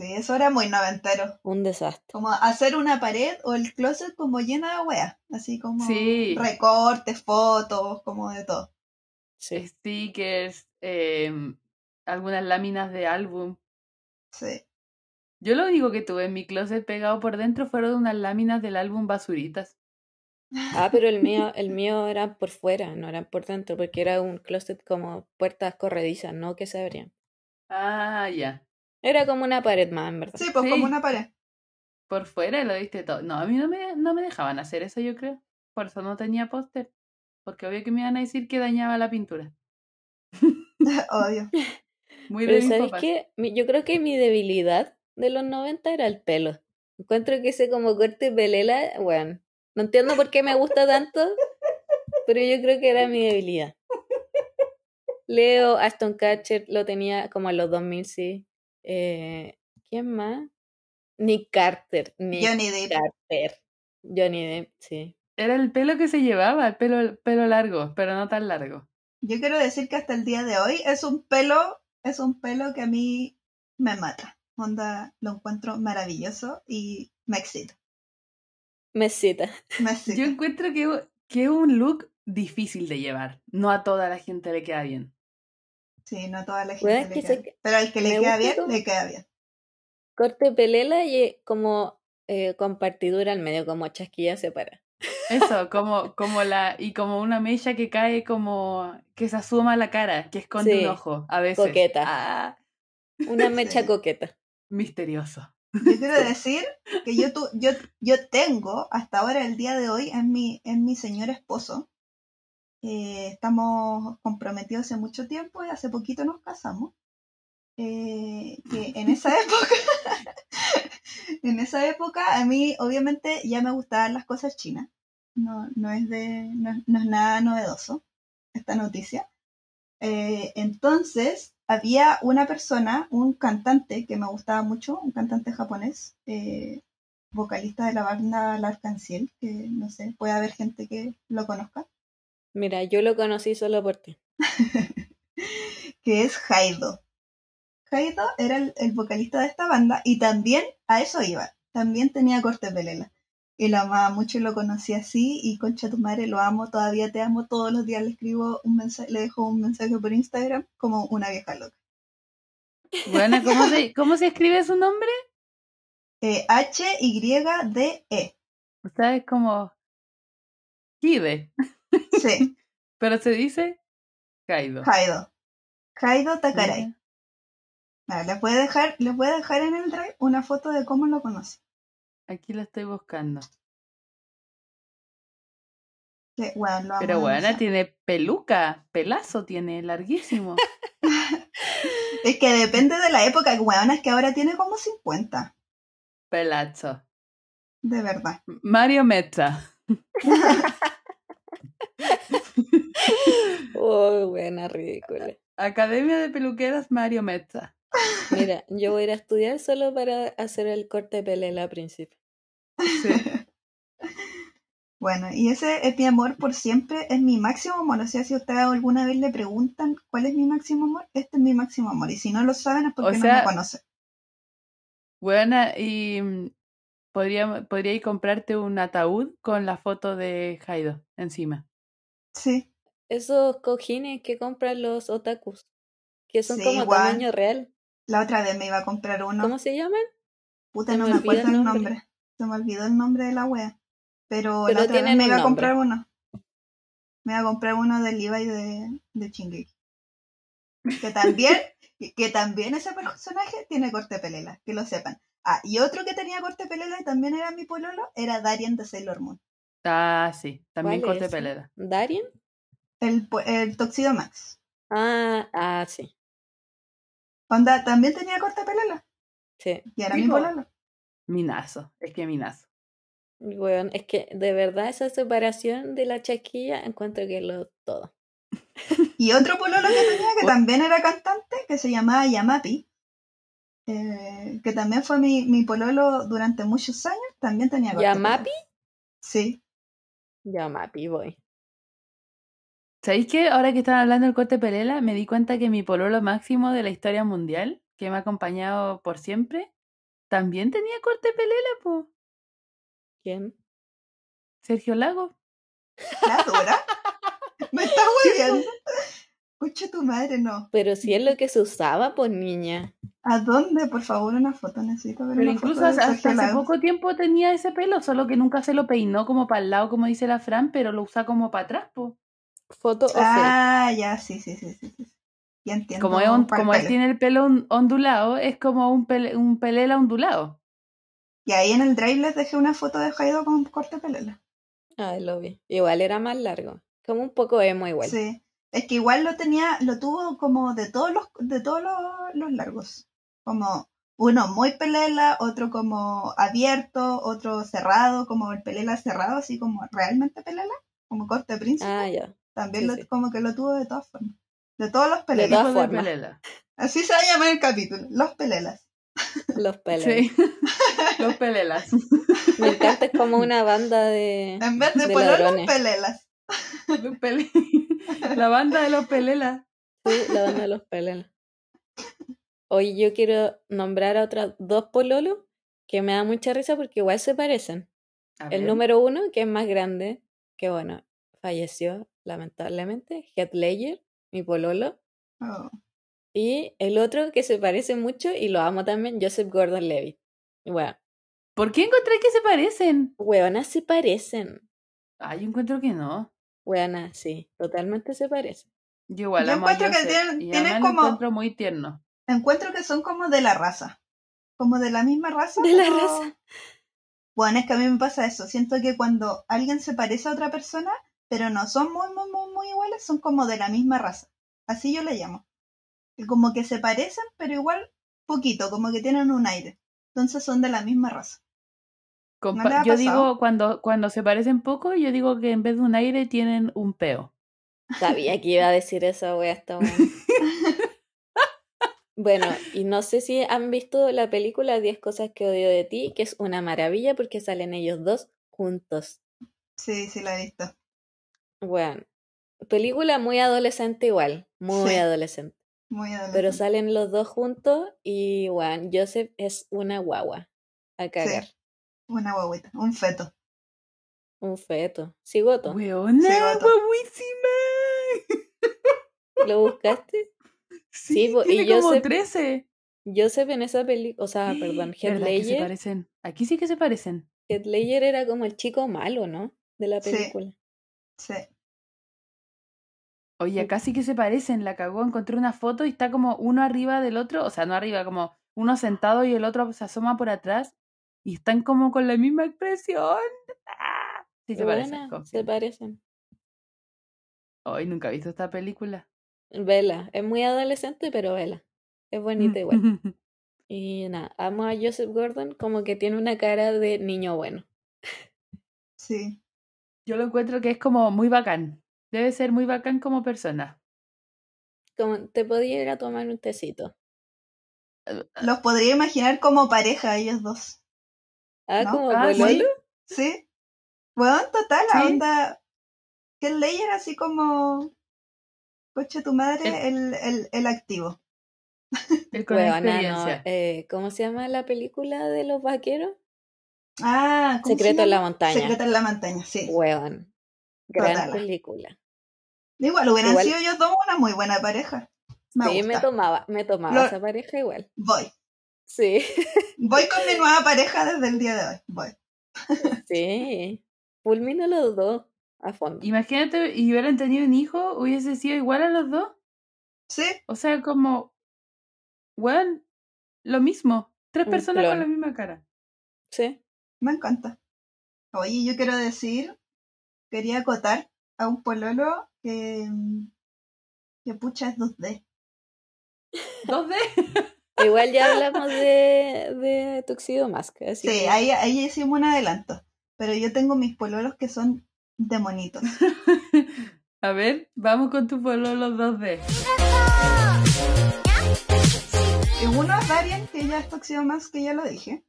[SPEAKER 3] Sí, eso era muy noventero.
[SPEAKER 1] un desastre.
[SPEAKER 3] Como hacer una pared o el closet como llena de weas. Así como
[SPEAKER 2] Sí.
[SPEAKER 3] recortes, fotos, como de todo.
[SPEAKER 1] Sí.
[SPEAKER 2] Stickers, em, algunas láminas de álbum.
[SPEAKER 3] Sí.
[SPEAKER 2] Yo lo único que tuve en mi closet pegado por dentro fueron unas láminas del álbum Basuritas.
[SPEAKER 1] Ah, pero el mío, el mío era por fuera, no era por dentro, porque era un closet como puertas corredizas, no que se abrían.
[SPEAKER 2] Ah, ya.
[SPEAKER 1] Era como una pared más, en verdad.
[SPEAKER 3] Sí, pues
[SPEAKER 2] Sí.
[SPEAKER 3] como una pared.
[SPEAKER 2] Por fuera lo diste todo. No, a mí no me, no me dejaban hacer eso, yo creo. Por eso no tenía póster. Porque obvio que me iban a decir que dañaba la pintura.
[SPEAKER 3] Obvio.
[SPEAKER 2] Muy de
[SPEAKER 1] Pero
[SPEAKER 2] mis
[SPEAKER 1] ¿sabéis
[SPEAKER 2] papás.
[SPEAKER 1] qué? Mi- Yo creo que mi debilidad de los 90 era el pelo. Encuentro que ese como corte pelela, bueno, no entiendo por qué me gusta tanto, pero yo creo que era mi debilidad. Leo, Aston Catcher, lo tenía como en los 2000, sí. Eh, ¿Quién más? Nick Carter, Nick
[SPEAKER 3] Johnny Depp.
[SPEAKER 1] Carter. Johnny Depp, sí.
[SPEAKER 2] Era el pelo que se llevaba, el pelo, el pelo largo, pero no tan largo.
[SPEAKER 3] Yo quiero decir que hasta el día de hoy es un pelo, es un pelo que a mí me mata. Onda, lo encuentro maravilloso y me excita.
[SPEAKER 1] Mesita.
[SPEAKER 3] Me
[SPEAKER 2] Yo
[SPEAKER 3] excita.
[SPEAKER 2] encuentro que que es un look difícil de llevar. No a toda la gente le queda bien.
[SPEAKER 3] Sí, no a toda la
[SPEAKER 1] Bueno,
[SPEAKER 3] gente le queda
[SPEAKER 1] es que se
[SPEAKER 3] bien.
[SPEAKER 1] que-
[SPEAKER 3] Pero al que le
[SPEAKER 1] me
[SPEAKER 3] queda
[SPEAKER 1] gusta
[SPEAKER 3] bien,
[SPEAKER 1] como
[SPEAKER 3] le queda bien.
[SPEAKER 1] corte pelela y eh, como eh, con partidura al medio, como chasquilla separa.
[SPEAKER 2] Eso, como, como la, y como una mella que cae como, que se asoma a la cara, que esconde un
[SPEAKER 1] Sí,
[SPEAKER 2] ojo, a veces.
[SPEAKER 1] coqueta.
[SPEAKER 2] Ah,
[SPEAKER 1] Una mecha
[SPEAKER 3] Sí.
[SPEAKER 1] coqueta.
[SPEAKER 2] misterioso.
[SPEAKER 3] Yo quiero
[SPEAKER 1] Sí.
[SPEAKER 3] decir que yo, tu, yo, yo tengo hasta ahora el día de hoy en mi, en mi señor esposo. Eh, estamos comprometidos hace mucho tiempo y hace poquito nos casamos. Eh, que en esa época, en esa época a mí obviamente ya me gustaban las cosas chinas. No, no es de, no, es- no es nada novedoso esta noticia. Eh, entonces había una persona, un cantante que me gustaba mucho, un cantante japonés, eh, vocalista de la banda La Arcanciel, que no sé, puede haber gente que lo conozca,
[SPEAKER 1] Mira, yo lo conocí solo por ti.
[SPEAKER 3] que es Haido. Jairo era el, el vocalista de esta banda y también a eso iba, también tenía cortes de Lela. Y lo amaba mucho y lo conocí así y concha tu madre, lo amo, todavía te amo, todos los días le escribo un mensaje, le dejo un mensaje por Instagram como una vieja loca.
[SPEAKER 2] Bueno, ¿cómo se, cómo se escribe su nombre?
[SPEAKER 3] Eh, H-Y-D-E.
[SPEAKER 2] O sea, es como Jive,
[SPEAKER 3] Sí,
[SPEAKER 2] pero se dice Kaido.
[SPEAKER 3] Jaido. Jaido Takaray.
[SPEAKER 2] Mira.
[SPEAKER 3] Mira, les voy a dejar, les voy a dejar en el drive una foto de cómo lo conocí.
[SPEAKER 2] Aquí la estoy buscando.
[SPEAKER 3] Que, weón, lo amo
[SPEAKER 2] Pero bueno,
[SPEAKER 3] demasiado.
[SPEAKER 2] tiene peluca, pelazo tiene, larguísimo.
[SPEAKER 3] Es que depende de la época, weón, es que ahora tiene como 50,
[SPEAKER 2] Pelazo.
[SPEAKER 3] de verdad.
[SPEAKER 2] Mario Mezza.
[SPEAKER 1] Oh, buena, ridícula.
[SPEAKER 2] Academia de Peluqueras Mario Mezza.
[SPEAKER 1] Mira, yo voy a ir a estudiar solo para hacer el corte de pelela al principio.
[SPEAKER 2] Sí.
[SPEAKER 3] Bueno, y ese es mi amor por siempre, es mi máximo amor. O sea, si ustedes alguna vez le preguntan cuál es mi máximo amor, este es mi máximo amor. Y si no lo saben es porque no
[SPEAKER 2] sea-
[SPEAKER 3] me conocen.
[SPEAKER 2] Buena, y mm, podría, podría ir comprarte un ataúd con la foto de Jaido encima.
[SPEAKER 3] Sí,
[SPEAKER 1] Esos cojines que compran los otakus, que son
[SPEAKER 3] Sí,
[SPEAKER 1] como
[SPEAKER 3] igual.
[SPEAKER 1] tamaño real.
[SPEAKER 3] la otra vez me iba a comprar uno.
[SPEAKER 1] ¿Cómo se llaman?
[SPEAKER 3] Puta,
[SPEAKER 1] se
[SPEAKER 3] no
[SPEAKER 1] me
[SPEAKER 3] me
[SPEAKER 1] olvidó el
[SPEAKER 3] acuerdo el
[SPEAKER 1] nombre.
[SPEAKER 3] nombre. Se me olvidó el nombre de la wea. Pero,
[SPEAKER 1] Pero
[SPEAKER 3] la otra vez
[SPEAKER 1] tienen
[SPEAKER 3] me
[SPEAKER 1] un
[SPEAKER 3] iba a
[SPEAKER 1] nombre.
[SPEAKER 3] comprar uno. Me iba a comprar uno de Levi de, de Shingeki. Que también, que también ese personaje tiene corte pelela, que lo sepan. Ah, y otro que tenía corte pelela y también era mi pololo, era Darien de Sailor Moon.
[SPEAKER 2] Ah, sí, también
[SPEAKER 1] ¿Cuál es
[SPEAKER 2] corte
[SPEAKER 1] ese?
[SPEAKER 2] pelera.
[SPEAKER 1] ¿Darien?
[SPEAKER 3] El, po- el Toxido Max.
[SPEAKER 1] Ah, ah, sí.
[SPEAKER 3] Onda, también tenía corte pelela.
[SPEAKER 1] Sí.
[SPEAKER 3] Y era
[SPEAKER 2] Sí,
[SPEAKER 3] mi
[SPEAKER 2] po.
[SPEAKER 3] pololo.
[SPEAKER 2] Minazo, es que minazo.
[SPEAKER 1] Bueno, es que de verdad esa separación de la chaquilla encuentro que lo todo.
[SPEAKER 3] Y otro pololo que tenía, que
[SPEAKER 2] Bu-
[SPEAKER 3] también era cantante, que se llamaba Yamapi, eh, que también fue mi, mi pololo durante muchos años, también tenía corte pelele.
[SPEAKER 1] ¿Yamapi?
[SPEAKER 3] Sí.
[SPEAKER 1] Ya Mapi voy.
[SPEAKER 2] ¿Sabéis que ahora que están hablando del corte pelela, me di cuenta que mi pololo máximo de la historia mundial, que me ha acompañado por siempre, también tenía corte pelela, po.
[SPEAKER 1] ¿Quién?
[SPEAKER 2] Sergio Lago.
[SPEAKER 3] ¿La dura? ¿Me estás hueviando? Escucha tu madre, no.
[SPEAKER 1] Pero si es lo que se usaba, pues niña.
[SPEAKER 3] ¿A dónde? Por favor, una foto. Necesito ver
[SPEAKER 2] Pero
[SPEAKER 3] una
[SPEAKER 2] incluso
[SPEAKER 3] foto de
[SPEAKER 2] hasta hasta
[SPEAKER 3] Sergio
[SPEAKER 2] hace
[SPEAKER 3] Lago.
[SPEAKER 2] poco tiempo tenía ese pelo, solo que nunca se lo peinó como para el lado, como dice la Fran, pero lo usa como para atrás, po.
[SPEAKER 1] Foto o fake.
[SPEAKER 3] Ah, ya, sí, sí, sí, sí. sí. Ya entiendo.
[SPEAKER 2] Como, es on-
[SPEAKER 3] cuál
[SPEAKER 2] como él
[SPEAKER 3] pelo.
[SPEAKER 2] tiene el pelo on- ondulado, es como un, pele- un pelela ondulado.
[SPEAKER 3] Y ahí en el drive les dejé una foto de Jaido con corte pelela.
[SPEAKER 1] Ay, lo vi. Igual era más largo. Como un poco emo igual.
[SPEAKER 3] Sí. Es que igual lo tenía, lo tuvo como de todos los, de todos los, los largos. Como uno muy pelela, otro como abierto, otro cerrado, como el pelela cerrado, así como realmente pelela, como corte príncipe.
[SPEAKER 1] Ah, ya.
[SPEAKER 3] También
[SPEAKER 1] Sí,
[SPEAKER 3] lo-
[SPEAKER 1] sí.
[SPEAKER 3] como que lo tuvo de todas formas. De todos los
[SPEAKER 1] De
[SPEAKER 3] pelelas.
[SPEAKER 1] todas
[SPEAKER 2] Tipo de
[SPEAKER 1] formas.
[SPEAKER 2] pelela.
[SPEAKER 3] Así se va a llamar el capítulo. Los pelelas.
[SPEAKER 1] Los peleles.
[SPEAKER 2] Sí. Los pelelas.
[SPEAKER 1] Me encanta, es como una banda de.
[SPEAKER 3] En vez de,
[SPEAKER 1] De
[SPEAKER 3] pololos,
[SPEAKER 1] ladrones.
[SPEAKER 3] pelelas.
[SPEAKER 2] Los pele- La banda de los pelelas.
[SPEAKER 1] Sí, la banda de los peleles. Hoy yo quiero nombrar a otras dos pololos que me da mucha risa porque igual se parecen.
[SPEAKER 2] A
[SPEAKER 1] El
[SPEAKER 2] ver.
[SPEAKER 1] número uno, que es más grande, que bueno, falleció lamentablemente, Heath Ledger, mi pololo.
[SPEAKER 3] Oh,
[SPEAKER 1] Y el otro que se parece mucho y lo amo también, Joseph Gordon Levitt. Bueno,
[SPEAKER 2] ¿Por qué encontré que se parecen?
[SPEAKER 1] weonas se parecen.
[SPEAKER 2] Ah, yo encuentro que no.
[SPEAKER 1] Weonas, sí, totalmente se parecen.
[SPEAKER 2] Yo igual
[SPEAKER 3] Yo
[SPEAKER 2] amo a
[SPEAKER 3] encuentro que
[SPEAKER 2] Joseph,
[SPEAKER 3] tienen-
[SPEAKER 2] y
[SPEAKER 3] tienen
[SPEAKER 2] además
[SPEAKER 3] como-
[SPEAKER 2] lo encuentro muy tierno.
[SPEAKER 3] Encuentro que son como de la raza. Como de la misma raza.
[SPEAKER 1] De la
[SPEAKER 3] pero-
[SPEAKER 1] raza.
[SPEAKER 3] Bueno, es que a mí me pasa eso. Siento que cuando alguien se parece a otra persona, pero no son muy, muy, muy, muy iguales, son como de la misma raza. Así yo le llamo. Y Como que se parecen, pero igual poquito, como que tienen un aire. Entonces son de la misma raza.
[SPEAKER 2] Compa-
[SPEAKER 3] ¿No le ha
[SPEAKER 2] yo
[SPEAKER 3] pasado?
[SPEAKER 2] digo, cuando, cuando se parecen poco, yo digo que en vez de un aire tienen un peo.
[SPEAKER 1] Sabía que iba a decir esa wea esta weona. Bueno, y no sé si han visto la película 10 cosas que odio de ti, que es una maravilla porque salen ellos dos juntos.
[SPEAKER 3] Sí, sí, la he visto.
[SPEAKER 1] Bueno, película muy adolescente igual, muy
[SPEAKER 3] Sí.
[SPEAKER 1] adolescente.
[SPEAKER 3] Muy adelante.
[SPEAKER 1] Pero salen los dos juntos y, weón, Joseph es una guagua. A cagar.
[SPEAKER 3] Sí. Una guaguita, un feto.
[SPEAKER 1] Un feto. Cigoto.
[SPEAKER 2] Weona,
[SPEAKER 3] Sí, gato.
[SPEAKER 2] guapuísima.
[SPEAKER 1] ¿Lo buscaste?
[SPEAKER 2] Sí,
[SPEAKER 1] Sí, po, y
[SPEAKER 2] tiene
[SPEAKER 1] yo
[SPEAKER 2] como
[SPEAKER 1] sé-
[SPEAKER 2] 13.
[SPEAKER 1] Joseph en esa película, o sea, perdón, Heath
[SPEAKER 2] ¿Verdad que se
[SPEAKER 1] Ledger,
[SPEAKER 2] parecen? Aquí sí que se parecen.
[SPEAKER 1] Heath Ledger era como el chico malo, ¿no? De la
[SPEAKER 3] Sí.
[SPEAKER 1] película.
[SPEAKER 3] Sí.
[SPEAKER 2] Oye, acá sí que se parecen. La cagó, encontré una foto y está como uno arriba del otro. O sea, no arriba, como uno sentado y el otro se asoma por atrás. Y están como con la misma expresión. ¡Ah! Sí, se parecen.
[SPEAKER 1] Buena, se
[SPEAKER 2] confirmo.
[SPEAKER 1] parecen.
[SPEAKER 2] Hoy nunca he visto esta película.
[SPEAKER 1] Vela, es muy adolescente, pero vela.
[SPEAKER 2] Mm,
[SPEAKER 1] Es bonita igual. Y nada, amo a Joseph Gordon como que tiene una cara de niño bueno.
[SPEAKER 3] Sí.
[SPEAKER 2] Yo lo encuentro que es como muy bacán. Debe ser muy bacán como persona.
[SPEAKER 1] Como te podía ir a tomar un tecito.
[SPEAKER 3] Los podría imaginar como pareja, ellos dos.
[SPEAKER 1] Ah,
[SPEAKER 3] No,
[SPEAKER 1] como
[SPEAKER 2] ah,
[SPEAKER 1] pololo.
[SPEAKER 2] sí.
[SPEAKER 3] ¿Sí? Bueno, total, la
[SPEAKER 2] Sí.
[SPEAKER 3] onda. Que el Leyer así como. Coche tu madre, el, el, el activo.
[SPEAKER 2] Él con
[SPEAKER 1] Huevona, ah, no,
[SPEAKER 2] experiencia.
[SPEAKER 1] eh, ¿cómo se llama la película de los vaqueros?
[SPEAKER 3] Ah, ¿cómo se
[SPEAKER 1] Secreto en la
[SPEAKER 3] llama?
[SPEAKER 1] montaña.
[SPEAKER 3] Secreto en la montaña, sí.
[SPEAKER 1] Huevón. Gran
[SPEAKER 3] Total.
[SPEAKER 1] película.
[SPEAKER 3] Igual hubieran
[SPEAKER 1] Igual-
[SPEAKER 3] sido ellos dos una muy buena pareja. Me
[SPEAKER 1] sí, me
[SPEAKER 3] gusta.
[SPEAKER 1] tomaba, me tomaba
[SPEAKER 3] Lo-
[SPEAKER 1] esa pareja igual.
[SPEAKER 3] Voy.
[SPEAKER 1] Sí,
[SPEAKER 3] Voy con mi nueva pareja desde el día de hoy. Voy.
[SPEAKER 1] sí. Fulmino los dos a fondo.
[SPEAKER 2] Imagínate, y hubieran tenido un hijo, hubiese sido igual a los dos.
[SPEAKER 3] ¿Sí?
[SPEAKER 2] O sea, como, weón, lo mismo. Tres
[SPEAKER 1] Un
[SPEAKER 2] personas
[SPEAKER 1] clon.
[SPEAKER 2] con la misma cara.
[SPEAKER 1] Sí.
[SPEAKER 3] Me encanta. Oye, yo quiero decir, quería acotar a un pololo que, mm, que pucha es 2D.
[SPEAKER 2] Dos de.
[SPEAKER 1] Igual ya hablamos de, de Tuxedo Mask. Así
[SPEAKER 3] Sí,
[SPEAKER 1] que-
[SPEAKER 3] ahí, ahí hicimos un adelanto. Pero yo tengo mis pololos que son demonitos.
[SPEAKER 2] A ver, vamos con tu pueblo los dos de.
[SPEAKER 3] Y uno es Darien, que ya es Toxido más que ya lo dije.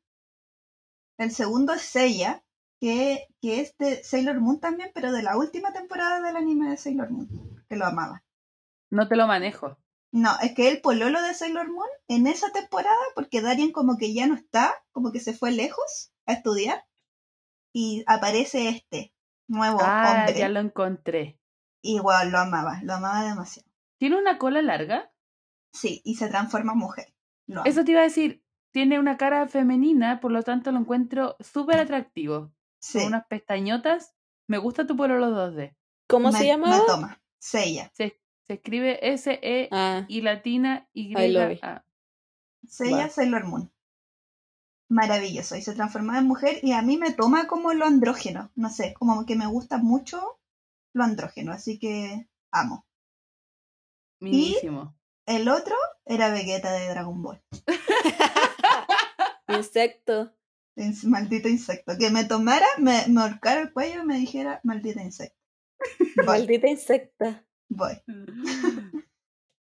[SPEAKER 3] El segundo es Seiya, que, que es de Sailor Moon también, pero de la última temporada del anime de Sailor Moon, que lo amaba.
[SPEAKER 2] No te lo manejo.
[SPEAKER 3] No, es que el pololo de Sailor Moon en esa temporada, porque Darien como que ya no está, como que se fue lejos a estudiar, y aparece este
[SPEAKER 1] Oh,
[SPEAKER 3] nuevo
[SPEAKER 2] Ah,
[SPEAKER 3] hombre.
[SPEAKER 2] ya lo encontré.
[SPEAKER 3] Y wow, lo amaba, lo amaba demasiado.
[SPEAKER 2] ¿Tiene una cola larga?
[SPEAKER 3] Sí, y se transforma en mujer. Lo amo.
[SPEAKER 2] Eso te iba a decir. Tiene una cara femenina, por lo tanto lo encuentro súper atractivo.
[SPEAKER 3] sí,
[SPEAKER 2] Con unas pestañotas. Me gusta tu pueblo los dos de.
[SPEAKER 1] ¿Cómo
[SPEAKER 3] me,
[SPEAKER 1] se
[SPEAKER 3] me
[SPEAKER 1] llamaba?
[SPEAKER 3] toma. Seiya.
[SPEAKER 2] Se, se escribe S-E
[SPEAKER 1] Ah,
[SPEAKER 2] y latina Y
[SPEAKER 1] Ahí lo vi.
[SPEAKER 2] A.
[SPEAKER 3] Seiya
[SPEAKER 1] Va.
[SPEAKER 3] Sailor Moon. Maravilloso. Y se transforma en mujer y a mí me toma como lo andrógeno. No sé, como que me gusta mucho lo andrógeno, así que amo.
[SPEAKER 2] Minísimo.
[SPEAKER 3] El otro era Vegeta de Dragon Ball.
[SPEAKER 1] insecto.
[SPEAKER 3] Es- maldito insecto. Que me tomara, me, me ahorcara el cuello y me dijera, maldito insecto. Voy,
[SPEAKER 1] Maldita insecta.
[SPEAKER 3] voy.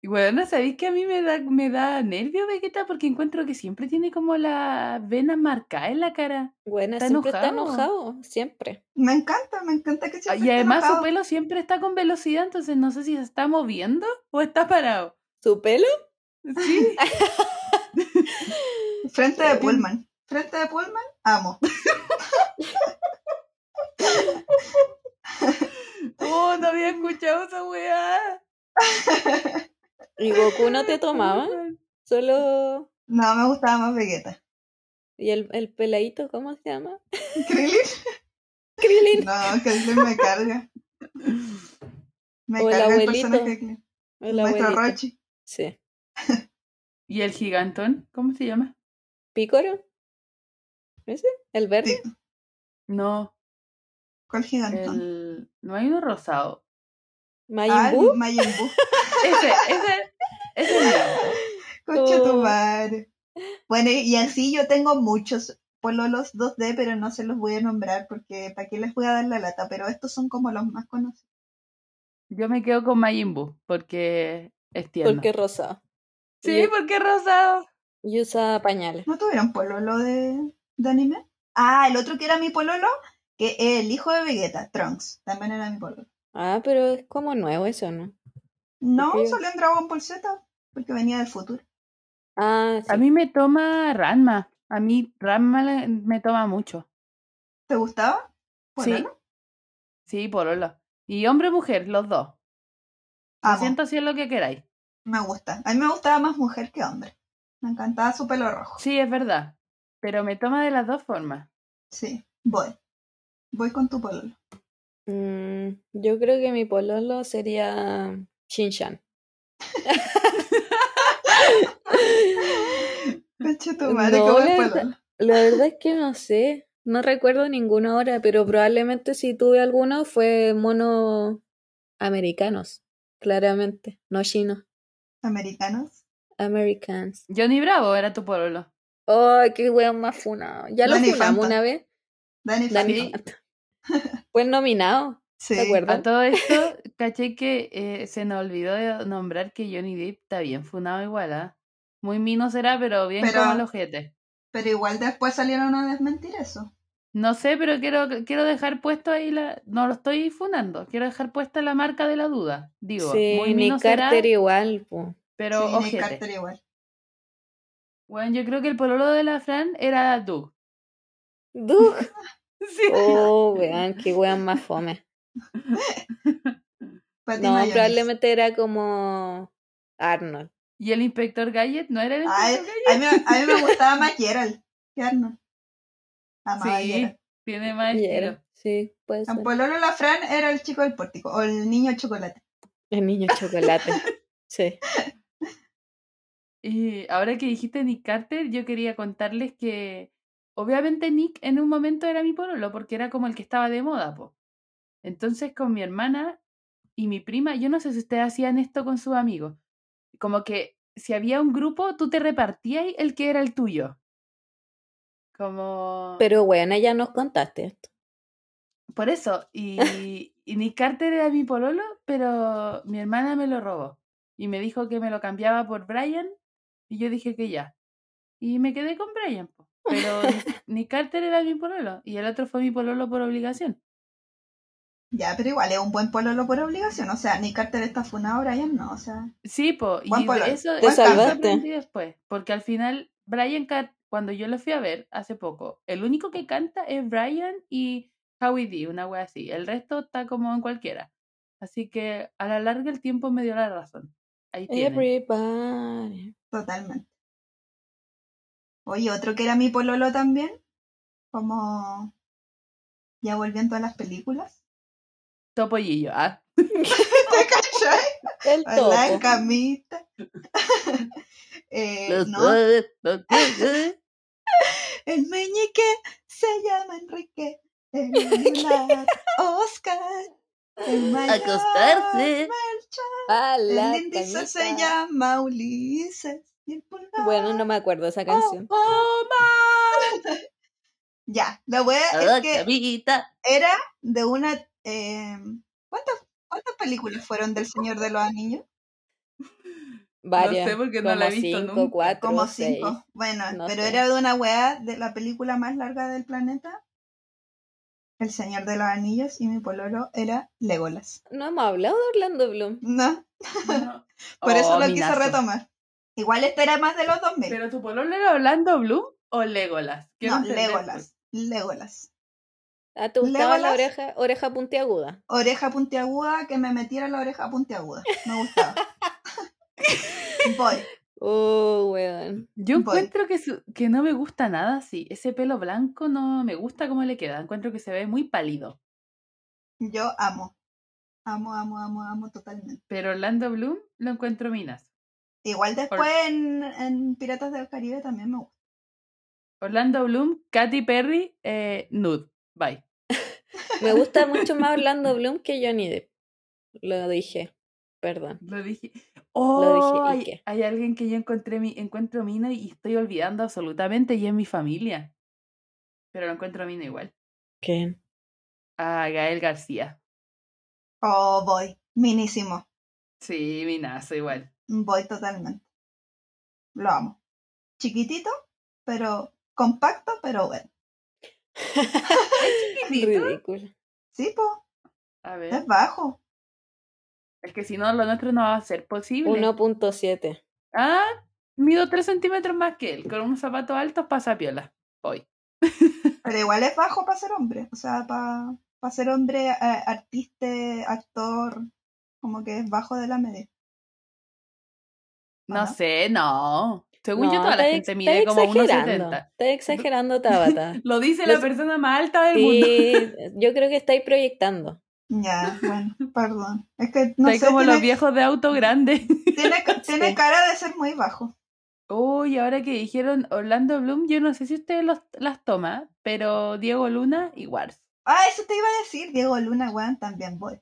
[SPEAKER 2] Y Bueno, ¿sabéis que a mí me da, me da nervio Vegeta? Porque encuentro que siempre tiene como la vena marcada en la cara.
[SPEAKER 1] Bueno,
[SPEAKER 2] Está
[SPEAKER 1] siempre está
[SPEAKER 2] enojado.
[SPEAKER 1] enojado. Siempre.
[SPEAKER 3] Me encanta, me encanta
[SPEAKER 1] Ah,
[SPEAKER 3] que siempre
[SPEAKER 2] Ah, Y
[SPEAKER 3] esté
[SPEAKER 2] además su
[SPEAKER 3] enojado.
[SPEAKER 2] pelo siempre está con velocidad, entonces no sé si se está moviendo o está parado.
[SPEAKER 1] ¿Su pelo?
[SPEAKER 2] Sí,
[SPEAKER 3] Frente de
[SPEAKER 2] Sí.
[SPEAKER 3] Pullman. Frente de Pullman, amo.
[SPEAKER 2] oh, no había escuchado esa weá.
[SPEAKER 1] ¿Y Goku no te tomaba? Solo.
[SPEAKER 3] No, me gustaba más Vegeta.
[SPEAKER 1] ¿Y el, el peladito, cómo se llama?
[SPEAKER 3] ¿Krillin?
[SPEAKER 1] Krillin.
[SPEAKER 3] No, Krillin me carga. Me
[SPEAKER 1] O el
[SPEAKER 3] carga el
[SPEAKER 1] abuelito,
[SPEAKER 3] personaje de Krillin.
[SPEAKER 1] El
[SPEAKER 3] Maestro
[SPEAKER 1] abuelito.
[SPEAKER 3] Rochi.
[SPEAKER 1] Sí.
[SPEAKER 2] ¿Y el gigantón? ¿Cómo se llama?
[SPEAKER 1] ¿Pícoro? ¿Ese? ¿El verde?
[SPEAKER 3] Sí,
[SPEAKER 2] No,
[SPEAKER 3] ¿Cuál gigantón?
[SPEAKER 2] el... No hay uno rosado.
[SPEAKER 1] ¿Majin
[SPEAKER 3] Ah, el
[SPEAKER 1] Buu?
[SPEAKER 3] Majin Buu.
[SPEAKER 2] Ese, ese, ese mismo.
[SPEAKER 3] Concha tu
[SPEAKER 1] Oh.
[SPEAKER 3] madre. Bueno, y y así yo tengo muchos pololos 2D, pero no se los voy a nombrar porque para qué les voy a dar la lata, pero estos son como los más conocidos.
[SPEAKER 2] Yo me quedo con Majin Buu, porque es tierno.
[SPEAKER 1] Porque rosado.
[SPEAKER 2] Sí,
[SPEAKER 1] Y-
[SPEAKER 2] porque es rosado.
[SPEAKER 1] Y usa pañales.
[SPEAKER 3] ¿No tuvieron pololo de, de anime? Ah, el otro que era mi pololo, que es el hijo de Vegeta, Trunks, también era mi pololo.
[SPEAKER 1] Ah, pero es como nuevo eso, ¿no?
[SPEAKER 3] No,
[SPEAKER 1] Sí.
[SPEAKER 3] salió en Dragon Ball Z. porque venía del futuro.
[SPEAKER 1] Ah, sí.
[SPEAKER 2] A mí me toma Ranma. A mí Ranma le- me toma mucho.
[SPEAKER 3] ¿Te gustaba?
[SPEAKER 2] Sí.
[SPEAKER 3] Pololo.
[SPEAKER 2] Sí, Polola. Y hombre mujer, los dos. Lo
[SPEAKER 3] Amo.
[SPEAKER 2] siento si es lo que queráis.
[SPEAKER 3] Me gusta. A mí me gustaba más mujer que hombre. Me encantaba su pelo rojo.
[SPEAKER 2] Sí, es verdad. Pero me toma de las dos formas.
[SPEAKER 3] Sí, voy. Voy con tu pololo.
[SPEAKER 1] Mm, yo creo que mi pololo sería Shinshan.
[SPEAKER 3] Conche tu madre,
[SPEAKER 1] No,
[SPEAKER 3] como el
[SPEAKER 1] la
[SPEAKER 3] pololo.
[SPEAKER 1] verdad- La verdad es que no sé, no recuerdo ninguna hora, pero probablemente si tuve alguno fue mono americanos, claramente, no chinos,
[SPEAKER 3] Americanos.
[SPEAKER 1] Americans.
[SPEAKER 2] Johnny Bravo era tu pololo.
[SPEAKER 1] Ay, qué weón más funado. Ya lo
[SPEAKER 3] Danny
[SPEAKER 1] funamos
[SPEAKER 3] Phantom.
[SPEAKER 1] una vez,
[SPEAKER 3] Danny
[SPEAKER 1] Danny
[SPEAKER 3] Phantom.
[SPEAKER 1] Phantom. Fue nominado,
[SPEAKER 3] Sí.
[SPEAKER 1] ¿te acuerdas?
[SPEAKER 2] A todo esto, caché que eh, se nos olvidó de nombrar que Johnny Depp está bien funado igual, ¿ah? Muy mino será, pero bien
[SPEAKER 3] Pero-
[SPEAKER 2] como el ojete.
[SPEAKER 3] Pero igual después salieron a desmentir eso.
[SPEAKER 2] No sé, pero quiero, quiero dejar puesto ahí la... No lo estoy funando. Quiero dejar puesta la marca de la duda. Digo, muy
[SPEAKER 1] Sí,
[SPEAKER 2] mino
[SPEAKER 1] Nick Carter
[SPEAKER 2] será,
[SPEAKER 1] igual, po.
[SPEAKER 2] pero
[SPEAKER 3] sí, Nick
[SPEAKER 2] ojete.
[SPEAKER 3] Carter igual.
[SPEAKER 2] Bueno, yo creo que el pololo de la Fran era Doug.
[SPEAKER 1] Duh.
[SPEAKER 2] Sí.
[SPEAKER 1] Oh, weón, qué weón más fome.
[SPEAKER 3] Patty
[SPEAKER 1] No,
[SPEAKER 3] Mayonnaise.
[SPEAKER 1] probablemente era como Arnold.
[SPEAKER 2] Y el inspector Gadget no era el
[SPEAKER 1] Ah,
[SPEAKER 3] Ay,
[SPEAKER 2] inspector Gadget.
[SPEAKER 3] a, mí, a mí me gustaba más Gerald que Arnold. Amaba a
[SPEAKER 2] Sí.
[SPEAKER 3] Gerald.
[SPEAKER 2] Tiene más
[SPEAKER 1] Y era-
[SPEAKER 2] estilo.
[SPEAKER 1] ah, Sí, puede ser.
[SPEAKER 3] En Pololo la Fran era el chico del pórtico, o el niño chocolate.
[SPEAKER 1] El niño chocolate. Sí.
[SPEAKER 2] Y ahora que dijiste Nick Carter, yo quería contarles que obviamente Nick en un momento era mi pololo porque era como el que estaba de moda, po. Entonces con mi hermana y mi prima, yo no sé si ustedes hacían esto con sus amigos, como que si había un grupo, tú te repartías el que era el tuyo. Como
[SPEAKER 1] Pero bueno, ya nos contaste esto.
[SPEAKER 2] por eso y, y Nick Carter era mi pololo, pero mi hermana me lo robó y me dijo que me lo cambiaba por Brian Y yo dije que ya. Y me quedé con Brian. po. Pero Nick- Nick Carter era mi pololo. Y el otro fue mi pololo por obligación.
[SPEAKER 3] Ya, pero igual es un buen pololo por obligación. O sea, Nick Carter está funado, Brian no. O sea,
[SPEAKER 2] Sí, po. Y
[SPEAKER 3] Buen
[SPEAKER 2] de
[SPEAKER 3] pololo.
[SPEAKER 2] eso,
[SPEAKER 1] Te
[SPEAKER 2] eso
[SPEAKER 1] salvaste.
[SPEAKER 2] aprendí después. Porque al final, Brian, Car- cuando yo lo fui a ver hace poco, el único que canta es Brian y Howie D, una wea así. El resto está como en cualquiera. Así que a la larga el tiempo me dio la razón. Ahí tienen.
[SPEAKER 1] Everybody.
[SPEAKER 3] totalmente. Oye, otro que era mi pololo también, como ya volviendo a las películas.
[SPEAKER 2] Topollillo. Ah.
[SPEAKER 3] ¿Te cachai?
[SPEAKER 1] El
[SPEAKER 3] A La
[SPEAKER 1] topo.
[SPEAKER 3] camita. Eh, no, El meñique se llama Enrique, el medular Oscar, el mayor
[SPEAKER 2] Acostarse.
[SPEAKER 3] Melchor,
[SPEAKER 1] A la
[SPEAKER 3] el índice se
[SPEAKER 1] cañita.
[SPEAKER 3] llama Ulises y el pulgar,
[SPEAKER 1] Bueno, no me acuerdo esa
[SPEAKER 3] oh,
[SPEAKER 1] canción.
[SPEAKER 2] ¡Oh, ma!
[SPEAKER 3] Ya, la wea
[SPEAKER 2] A
[SPEAKER 3] es
[SPEAKER 2] la
[SPEAKER 3] que
[SPEAKER 2] camita.
[SPEAKER 3] era de una... eh, ¿cuántas, ¿Cuántas películas fueron del Señor de los Anillos?
[SPEAKER 1] Varias.
[SPEAKER 2] sé porque no
[SPEAKER 1] como
[SPEAKER 2] la he visto
[SPEAKER 1] cinco,
[SPEAKER 2] nunca.
[SPEAKER 1] cuatro,
[SPEAKER 3] Como
[SPEAKER 1] seis.
[SPEAKER 3] cinco. Bueno,
[SPEAKER 1] no
[SPEAKER 3] pero
[SPEAKER 1] sé.
[SPEAKER 3] era de una wea de la película más larga del planeta. El Señor de los Anillos y mi pololo era Legolas.
[SPEAKER 1] No hemos hablado de Orlando Bloom.
[SPEAKER 3] ¿No?
[SPEAKER 2] No.
[SPEAKER 3] Por eso
[SPEAKER 2] Oh,
[SPEAKER 3] lo
[SPEAKER 2] minazo.
[SPEAKER 3] quise retomar. Igual este era más de los 2000.
[SPEAKER 2] ¿Pero tu pololo era Orlando Bloom o Legolas? Quiero
[SPEAKER 3] no,
[SPEAKER 2] entender, pues.
[SPEAKER 3] Legolas. Legolas.
[SPEAKER 1] Ah, ¿te gustaba la
[SPEAKER 3] Legolas.
[SPEAKER 1] oreja, oreja puntiaguda?
[SPEAKER 3] Oreja puntiaguda, que me metiera la oreja puntiaguda. Me gustaba. Voy.
[SPEAKER 1] Oh, weón.
[SPEAKER 2] pues. Yo
[SPEAKER 3] Voy.
[SPEAKER 2] encuentro que, su- que no me gusta nada así. Ese pelo blanco no me gusta cómo le queda. Encuentro que se ve muy pálido.
[SPEAKER 3] Yo amo. Amo, amo, amo, amo totalmente.
[SPEAKER 2] Pero Orlando Bloom lo encuentro minas.
[SPEAKER 3] Igual después en, en Piratas del Caribe también me gusta.
[SPEAKER 2] Orlando Bloom, Katy Perry, eh, nude. Bye.
[SPEAKER 1] Me gusta mucho más Orlando Bloom que Johnny Depp. Lo dije. Perdón.
[SPEAKER 2] Lo dije. Oh,
[SPEAKER 1] ¿y
[SPEAKER 2] hay,
[SPEAKER 1] qué?
[SPEAKER 2] hay alguien que yo encontré mi, encuentro mina y estoy olvidando absolutamente y es mi familia. Pero lo encuentro mina igual.
[SPEAKER 1] ¿Qué?
[SPEAKER 2] A Gael García.
[SPEAKER 3] Oh, voy. Minísimo.
[SPEAKER 2] Sí, minazo igual.
[SPEAKER 3] Voy totalmente. Lo amo. Chiquitito, pero compacto, pero bueno.
[SPEAKER 1] Ridículo.
[SPEAKER 3] Sí, po.
[SPEAKER 2] A
[SPEAKER 3] Es
[SPEAKER 2] ver.
[SPEAKER 3] bajo.
[SPEAKER 2] Es que si no, lo nuestro no va a ser posible.
[SPEAKER 1] 1.7.
[SPEAKER 2] Ah, mido 3 centímetros más que él. Con unos zapatos altos pasa piola. Hoy.
[SPEAKER 3] Pero igual es bajo para ser hombre. O sea, para ser hombre, eh, artista, actor, como que es bajo de la media. ¿O
[SPEAKER 2] No sé, no. Según yo,
[SPEAKER 1] No,
[SPEAKER 2] toda la
[SPEAKER 1] estáis-
[SPEAKER 2] gente mide
[SPEAKER 1] estáis
[SPEAKER 2] como
[SPEAKER 1] exagerando,
[SPEAKER 2] 1,70.
[SPEAKER 1] Estás exagerando, Tabata.
[SPEAKER 2] Lo dice
[SPEAKER 1] Yo sé-
[SPEAKER 2] la persona más alta del mundo.
[SPEAKER 1] Sí, yo creo que estáis proyectando.
[SPEAKER 3] Ya, bueno, perdón. Es que no
[SPEAKER 2] Estoy
[SPEAKER 3] sé,
[SPEAKER 2] como los
[SPEAKER 3] tiene,
[SPEAKER 2] viejos de auto grande.
[SPEAKER 3] tiene, ca- tiene
[SPEAKER 1] Sí.
[SPEAKER 3] cara de ser muy bajo.
[SPEAKER 2] Uy, ahora que dijeron Orlando Bloom, yo no sé si usted los, las toma, pero Diego Luna igual.
[SPEAKER 3] Ah, eso te iba a decir, Diego Luna, weón, también voy.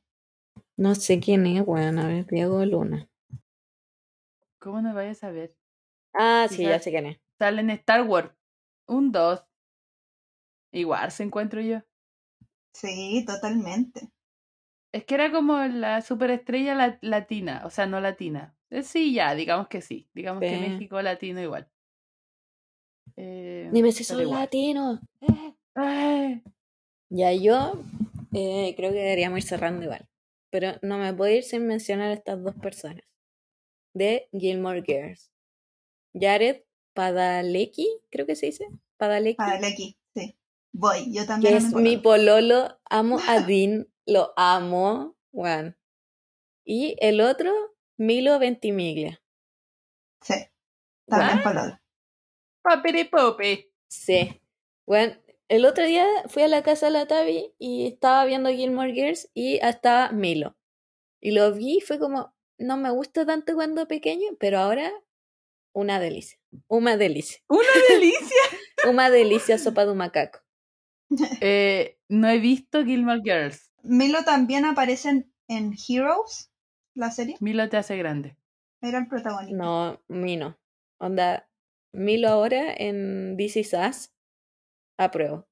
[SPEAKER 1] No sé quién es, weón. A ver, Diego Luna.
[SPEAKER 2] ¿Cómo nos vayas a ver?
[SPEAKER 1] Ah, sí, ya
[SPEAKER 2] Quizás.
[SPEAKER 1] sé quién es.
[SPEAKER 2] Salen Star Wars. Un 2. Igual se encuentro yo.
[SPEAKER 3] Sí, totalmente.
[SPEAKER 2] Es que era como la superestrella la- latina, o sea, no latina. Eh, sí, ya, digamos que sí. Digamos que
[SPEAKER 1] Sí.
[SPEAKER 2] México latino igual. Eh,
[SPEAKER 1] Dime si
[SPEAKER 2] pero
[SPEAKER 1] son
[SPEAKER 2] igual.
[SPEAKER 1] latinos.
[SPEAKER 2] Ay,
[SPEAKER 1] Ya yo eh, creo que deberíamos ir cerrando igual. Pero no me puedo ir sin mencionar a estas dos personas. De Gilmore Girls. Jared Padalecki, creo que se dice. Padalecki.
[SPEAKER 3] Vale, Ah, aquí, sí. Voy, yo también
[SPEAKER 1] que
[SPEAKER 3] a
[SPEAKER 1] es
[SPEAKER 3] pololo.
[SPEAKER 1] mi pololo. Amo a Dean. Lo amo. Weón. Y el otro, Milo Ventimiglia.
[SPEAKER 3] Sí,
[SPEAKER 1] Weón.
[SPEAKER 3] también pololo.
[SPEAKER 2] papere pope.
[SPEAKER 1] Sí. Bueno, el otro día fui a la casa de la Tavi y estaba viendo Gilmore Girls y estaba Milo. Y lo vi y fue como, no me gusta tanto cuando pequeño, pero ahora una delicia. Una delicia.
[SPEAKER 2] ¡Una delicia!
[SPEAKER 1] Una delicia sopa de un macaco.
[SPEAKER 2] Eh, no he visto Gilmore Girls.
[SPEAKER 3] Milo también aparece en, en Heroes, la serie.
[SPEAKER 2] Milo te hace grande.
[SPEAKER 3] Era el protagonista.
[SPEAKER 1] No, Mino. Onda, Milo ahora en This Is Us. Apruebo.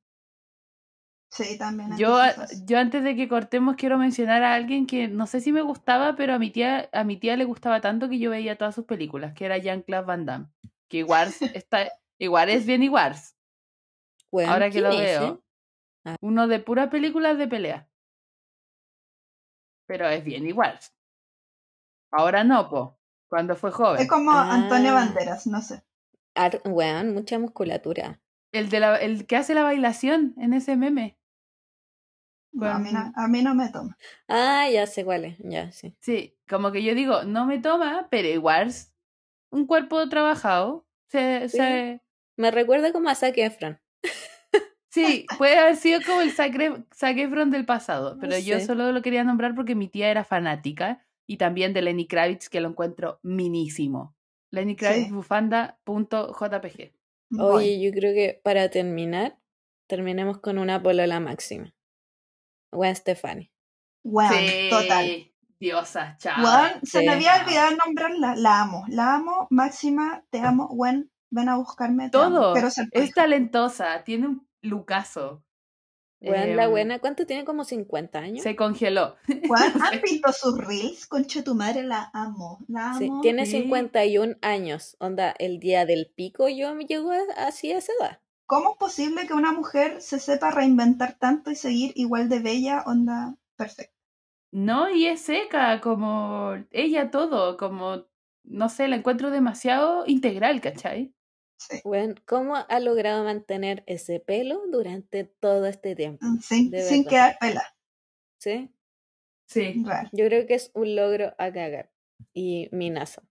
[SPEAKER 3] Sí, también. en
[SPEAKER 2] Yo,
[SPEAKER 3] This
[SPEAKER 2] a-
[SPEAKER 3] Is Us.
[SPEAKER 2] yo antes de que cortemos quiero mencionar a alguien que no sé si me gustaba, pero a mi tía, a mi tía le gustaba tanto que yo veía todas sus películas, que era Jean-Claude Van Damme. Que igual está, igual es bien igual.
[SPEAKER 1] Weón,
[SPEAKER 2] Ahora que
[SPEAKER 1] ¿quién
[SPEAKER 2] lo
[SPEAKER 1] es eh? ese?
[SPEAKER 2] veo. Uno de puras películas de pelea. Pero es bien igual. Ahora no, po. Cuando fue joven.
[SPEAKER 3] Es como
[SPEAKER 1] Ah.
[SPEAKER 3] Antonio Banderas, no sé.
[SPEAKER 1] Ar- weón, mucha musculatura.
[SPEAKER 2] El, de la, el que hace la bailación en ese meme.
[SPEAKER 3] No, a, mí no,
[SPEAKER 2] Con-
[SPEAKER 3] a mí no me toma.
[SPEAKER 1] Ah, ya sé cuál es. Ya, sí.
[SPEAKER 2] Sí, como que yo digo, no me toma, pero igual un cuerpo trabajado. Se,
[SPEAKER 1] Sí.
[SPEAKER 2] se-
[SPEAKER 1] Me recuerda como a Zac Efron.
[SPEAKER 2] sí, puede haber sido como el Zac Ef- Zac Efron del pasado,
[SPEAKER 1] No
[SPEAKER 2] pero yo
[SPEAKER 1] sé.
[SPEAKER 2] solo lo quería nombrar porque mi tía era fanática y también de Lenny Kravitz, que lo encuentro minísimo. Lenny Kravitz
[SPEAKER 3] Sí.
[SPEAKER 2] bufanda punto JPG.
[SPEAKER 3] Voy.
[SPEAKER 1] Oye, yo creo que para terminar, terminemos con una polola máxima. Gwen Stefani.
[SPEAKER 3] Weón, total.
[SPEAKER 2] Sí, diosa, chao.
[SPEAKER 3] Weón, se me
[SPEAKER 1] Ah, sí.
[SPEAKER 3] había olvidado nombrarla. La amo, la amo. Máxima, te amo. Gwen, ven a buscarme. te amo.
[SPEAKER 2] Todo.
[SPEAKER 3] Quiero ser tu
[SPEAKER 2] Es
[SPEAKER 3] hija.
[SPEAKER 2] talentosa, tiene un lucaso.
[SPEAKER 1] Gwen la
[SPEAKER 2] Em,
[SPEAKER 1] buena, ¿cuánto tiene? Como 50 años.
[SPEAKER 2] Se congeló.
[SPEAKER 3] Weón, ¿han visto sus reels? Concha tu madre, la amo. La
[SPEAKER 1] Sí,
[SPEAKER 3] amo.
[SPEAKER 1] Tiene
[SPEAKER 2] sí.
[SPEAKER 1] 51 años. Onda, el día del pico yo me llego a- así a esa edad.
[SPEAKER 3] ¿Cómo es posible que una mujer se sepa reinventar tanto y seguir igual de bella? Onda, perfecto.
[SPEAKER 2] No, y es seca, como ella todo, como, no sé, la encuentro demasiado integral, ¿cachai?
[SPEAKER 3] Sí.
[SPEAKER 1] Gwen, ¿cómo ha logrado mantener ese pelo durante todo este tiempo?
[SPEAKER 3] Sin,
[SPEAKER 1] De
[SPEAKER 3] sin
[SPEAKER 1] verdad.
[SPEAKER 3] quedar pela.
[SPEAKER 1] ¿Sí?
[SPEAKER 2] Sí.
[SPEAKER 3] Real,
[SPEAKER 1] Yo creo que es un logro a cagar. Y Minasa.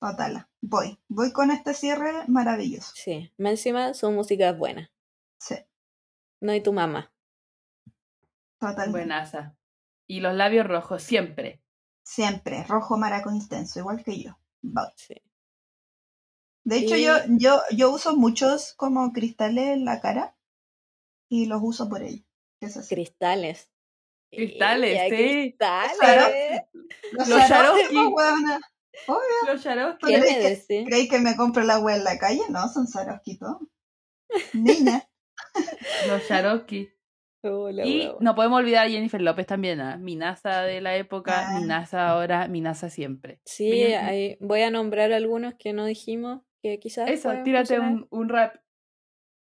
[SPEAKER 3] total. Voy. Voy con este cierre maravilloso.
[SPEAKER 1] Sí. Más encima su música es buena.
[SPEAKER 3] Sí,
[SPEAKER 1] No y tu mamá.
[SPEAKER 3] totalmente.
[SPEAKER 2] Buenaza. Y los labios rojos, siempre.
[SPEAKER 3] Siempre, rojo maraco intenso, igual que yo. Voy.
[SPEAKER 1] Sí.
[SPEAKER 3] De hecho,
[SPEAKER 1] Y-
[SPEAKER 3] yo, yo, yo uso muchos como cristales en la cara y los uso por ello. Es así.
[SPEAKER 1] Cristales.
[SPEAKER 2] Cristales,
[SPEAKER 1] Ella,
[SPEAKER 2] sí.
[SPEAKER 1] Cristales.
[SPEAKER 3] Los
[SPEAKER 2] Los
[SPEAKER 3] Swarovski,
[SPEAKER 2] Swarovski.
[SPEAKER 3] po, weona. Obvio.
[SPEAKER 2] Los Swarovski.
[SPEAKER 1] ¿Qué
[SPEAKER 3] ¿Crees
[SPEAKER 1] me
[SPEAKER 3] que-
[SPEAKER 1] decís?
[SPEAKER 3] ¿Creéis que me compro el agua en la calle? No, son Swarovski todo. Niña.
[SPEAKER 2] Los Swarovski.
[SPEAKER 1] Hola,
[SPEAKER 2] Y
[SPEAKER 1] huevona.
[SPEAKER 2] no podemos olvidar a Jennifer López también, ¿ah? Minasa de la época,
[SPEAKER 3] Ah.
[SPEAKER 2] Minasa ahora, Minasa siempre.
[SPEAKER 1] Sí,
[SPEAKER 2] Bien.
[SPEAKER 1] ahí voy a nombrar algunos que no dijimos, que quizás
[SPEAKER 2] Eso,
[SPEAKER 1] pueden
[SPEAKER 2] tírate
[SPEAKER 1] funcionar.
[SPEAKER 2] un, un rap.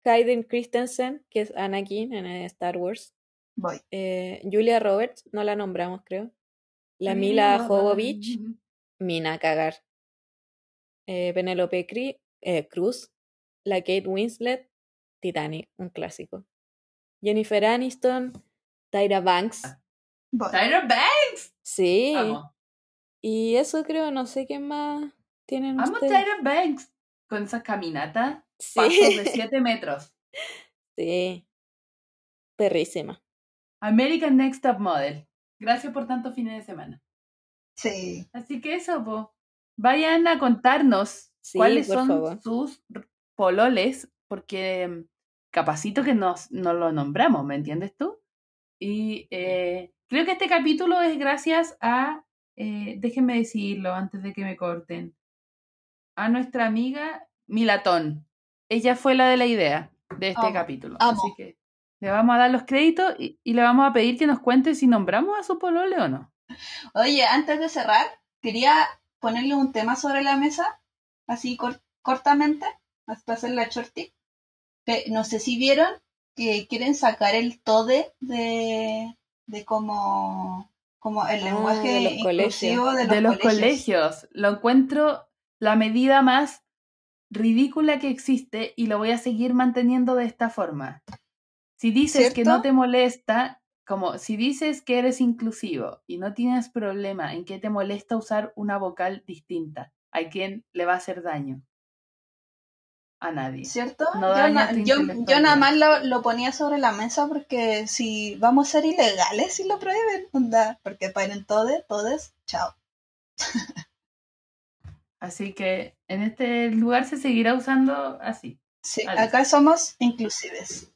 [SPEAKER 1] Hayden Christensen, que es Anakin en eh, Star Wars.
[SPEAKER 3] Voy.
[SPEAKER 1] Eh, Julia Roberts, no la
[SPEAKER 2] Mm,
[SPEAKER 1] Mm. nombramos, creo. La Mila Jovovich, Mina a cagar. eh, Penelope Cri- eh, Cruz, la Kate Winslet, Titanic, un clásico. Jennifer Aniston, Tyra Banks,
[SPEAKER 3] Bueno,
[SPEAKER 2] Tyra Banks.
[SPEAKER 1] sí.
[SPEAKER 2] Ah, Amo.
[SPEAKER 1] Y eso creo, no sé qué más tienen
[SPEAKER 2] Amo a
[SPEAKER 1] ustedes.
[SPEAKER 2] Tyra Banks. Con esa caminata, pasos de
[SPEAKER 1] Sí,
[SPEAKER 2] 7 metros.
[SPEAKER 1] sí. Perrísima.
[SPEAKER 2] American Next Top Model. Gracias por tantos fines de semana.
[SPEAKER 3] sí.
[SPEAKER 2] Así que eso, po. Vayan a contarnos
[SPEAKER 1] Sí,
[SPEAKER 2] cuáles
[SPEAKER 1] por
[SPEAKER 2] son
[SPEAKER 1] favor.
[SPEAKER 2] sus r- pololes, porque mm, capacito que nos, no lo nombramos, ¿me entiendes tú? Y eh, creo que este capítulo es gracias a, eh, déjenme decirlo antes de que me corten, a nuestra amiga Milatón. Ella fue la de la idea de este
[SPEAKER 3] Amo,
[SPEAKER 2] capítulo.
[SPEAKER 3] amo.
[SPEAKER 2] Así que le vamos a dar los créditos y, y le vamos a pedir que nos cuente si nombramos a su polole o no.
[SPEAKER 3] Oye, antes de cerrar, quería ponerle un tema sobre la mesa, así cor- cortamente, hasta hacer la shorty. Que no sé si vieron que quieren sacar el TODE de, de como, como el
[SPEAKER 1] Ah,
[SPEAKER 3] lenguaje
[SPEAKER 1] de los colegios.
[SPEAKER 3] inclusivo de los,
[SPEAKER 2] de los
[SPEAKER 3] colegios.
[SPEAKER 2] colegios. Lo encuentro la medida más ridícula que existe y lo voy a seguir manteniendo de esta forma. Si dices que
[SPEAKER 3] ¿Cierto?
[SPEAKER 2] no te molesta, como si dices que eres inclusivo y no tienes problema en que te molesta usar una vocal distinta, ¿a quién le va a hacer daño? A nadie.
[SPEAKER 3] ¿Cierto?
[SPEAKER 2] No
[SPEAKER 3] Yo,
[SPEAKER 2] daña
[SPEAKER 3] na-
[SPEAKER 2] tu
[SPEAKER 3] yo, yo nada
[SPEAKER 2] intelectualidad.
[SPEAKER 3] más lo, lo ponía sobre la mesa porque si vamos a ser ilegales si lo prohíben, onda, porque paren todes, todes, chao.
[SPEAKER 2] Así que en este lugar se seguirá usando así.
[SPEAKER 3] Sí,
[SPEAKER 2] Vale.
[SPEAKER 3] acá somos inclusives.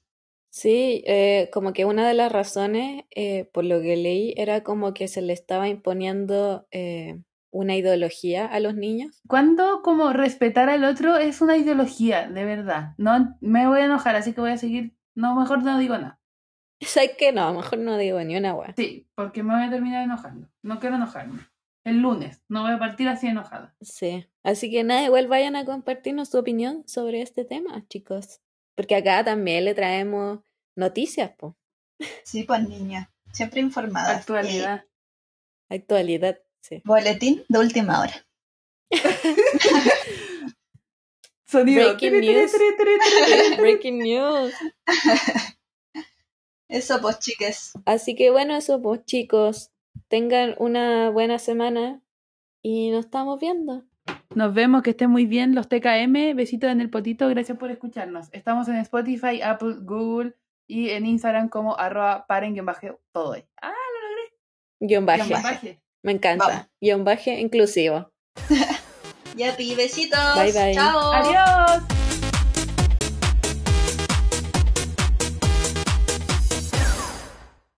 [SPEAKER 1] Sí, eh, como que una de las razones, eh, por lo que leí, era como que se le estaba imponiendo eh, una ideología a los niños.
[SPEAKER 2] Cuando como respetar al otro es una ideología, de verdad. No me voy a enojar, así que voy a seguir. No, mejor no digo nada.
[SPEAKER 1] ¿Sabes qué? No, mejor no digo ni una wea.
[SPEAKER 2] Sí, porque me voy a terminar enojando. No quiero enojarme. El lunes, no voy a partir así enojada.
[SPEAKER 1] Sí. Así que nada, igual vayan a compartirnos su opinión sobre este tema, chicos. Porque acá también le traemos noticias, po.
[SPEAKER 3] Sí, pues niña, siempre informadas. Y
[SPEAKER 2] Actualidad.
[SPEAKER 1] Actualidad, sí.
[SPEAKER 3] boletín de última hora.
[SPEAKER 2] Sonido.
[SPEAKER 1] Breaking news. Breaking news.
[SPEAKER 3] Eso pues, chiques.
[SPEAKER 1] Así que bueno, eso pues, chicos. Tengan una buena semana y nos estamos viendo.
[SPEAKER 2] Nos vemos, que estén muy bien los TKM. Besitos en el potito, gracias por escucharnos. Estamos en Spotify, Apple, Google y en Instagram como arroba paren-todo. Ah,
[SPEAKER 3] Guión
[SPEAKER 1] Guión baje.
[SPEAKER 3] baje.
[SPEAKER 2] baje.
[SPEAKER 1] Me encanta. Guión baje inclusive.
[SPEAKER 3] Ya, pi, besitos.
[SPEAKER 1] Bye, bye.
[SPEAKER 3] Chao.
[SPEAKER 2] Adiós.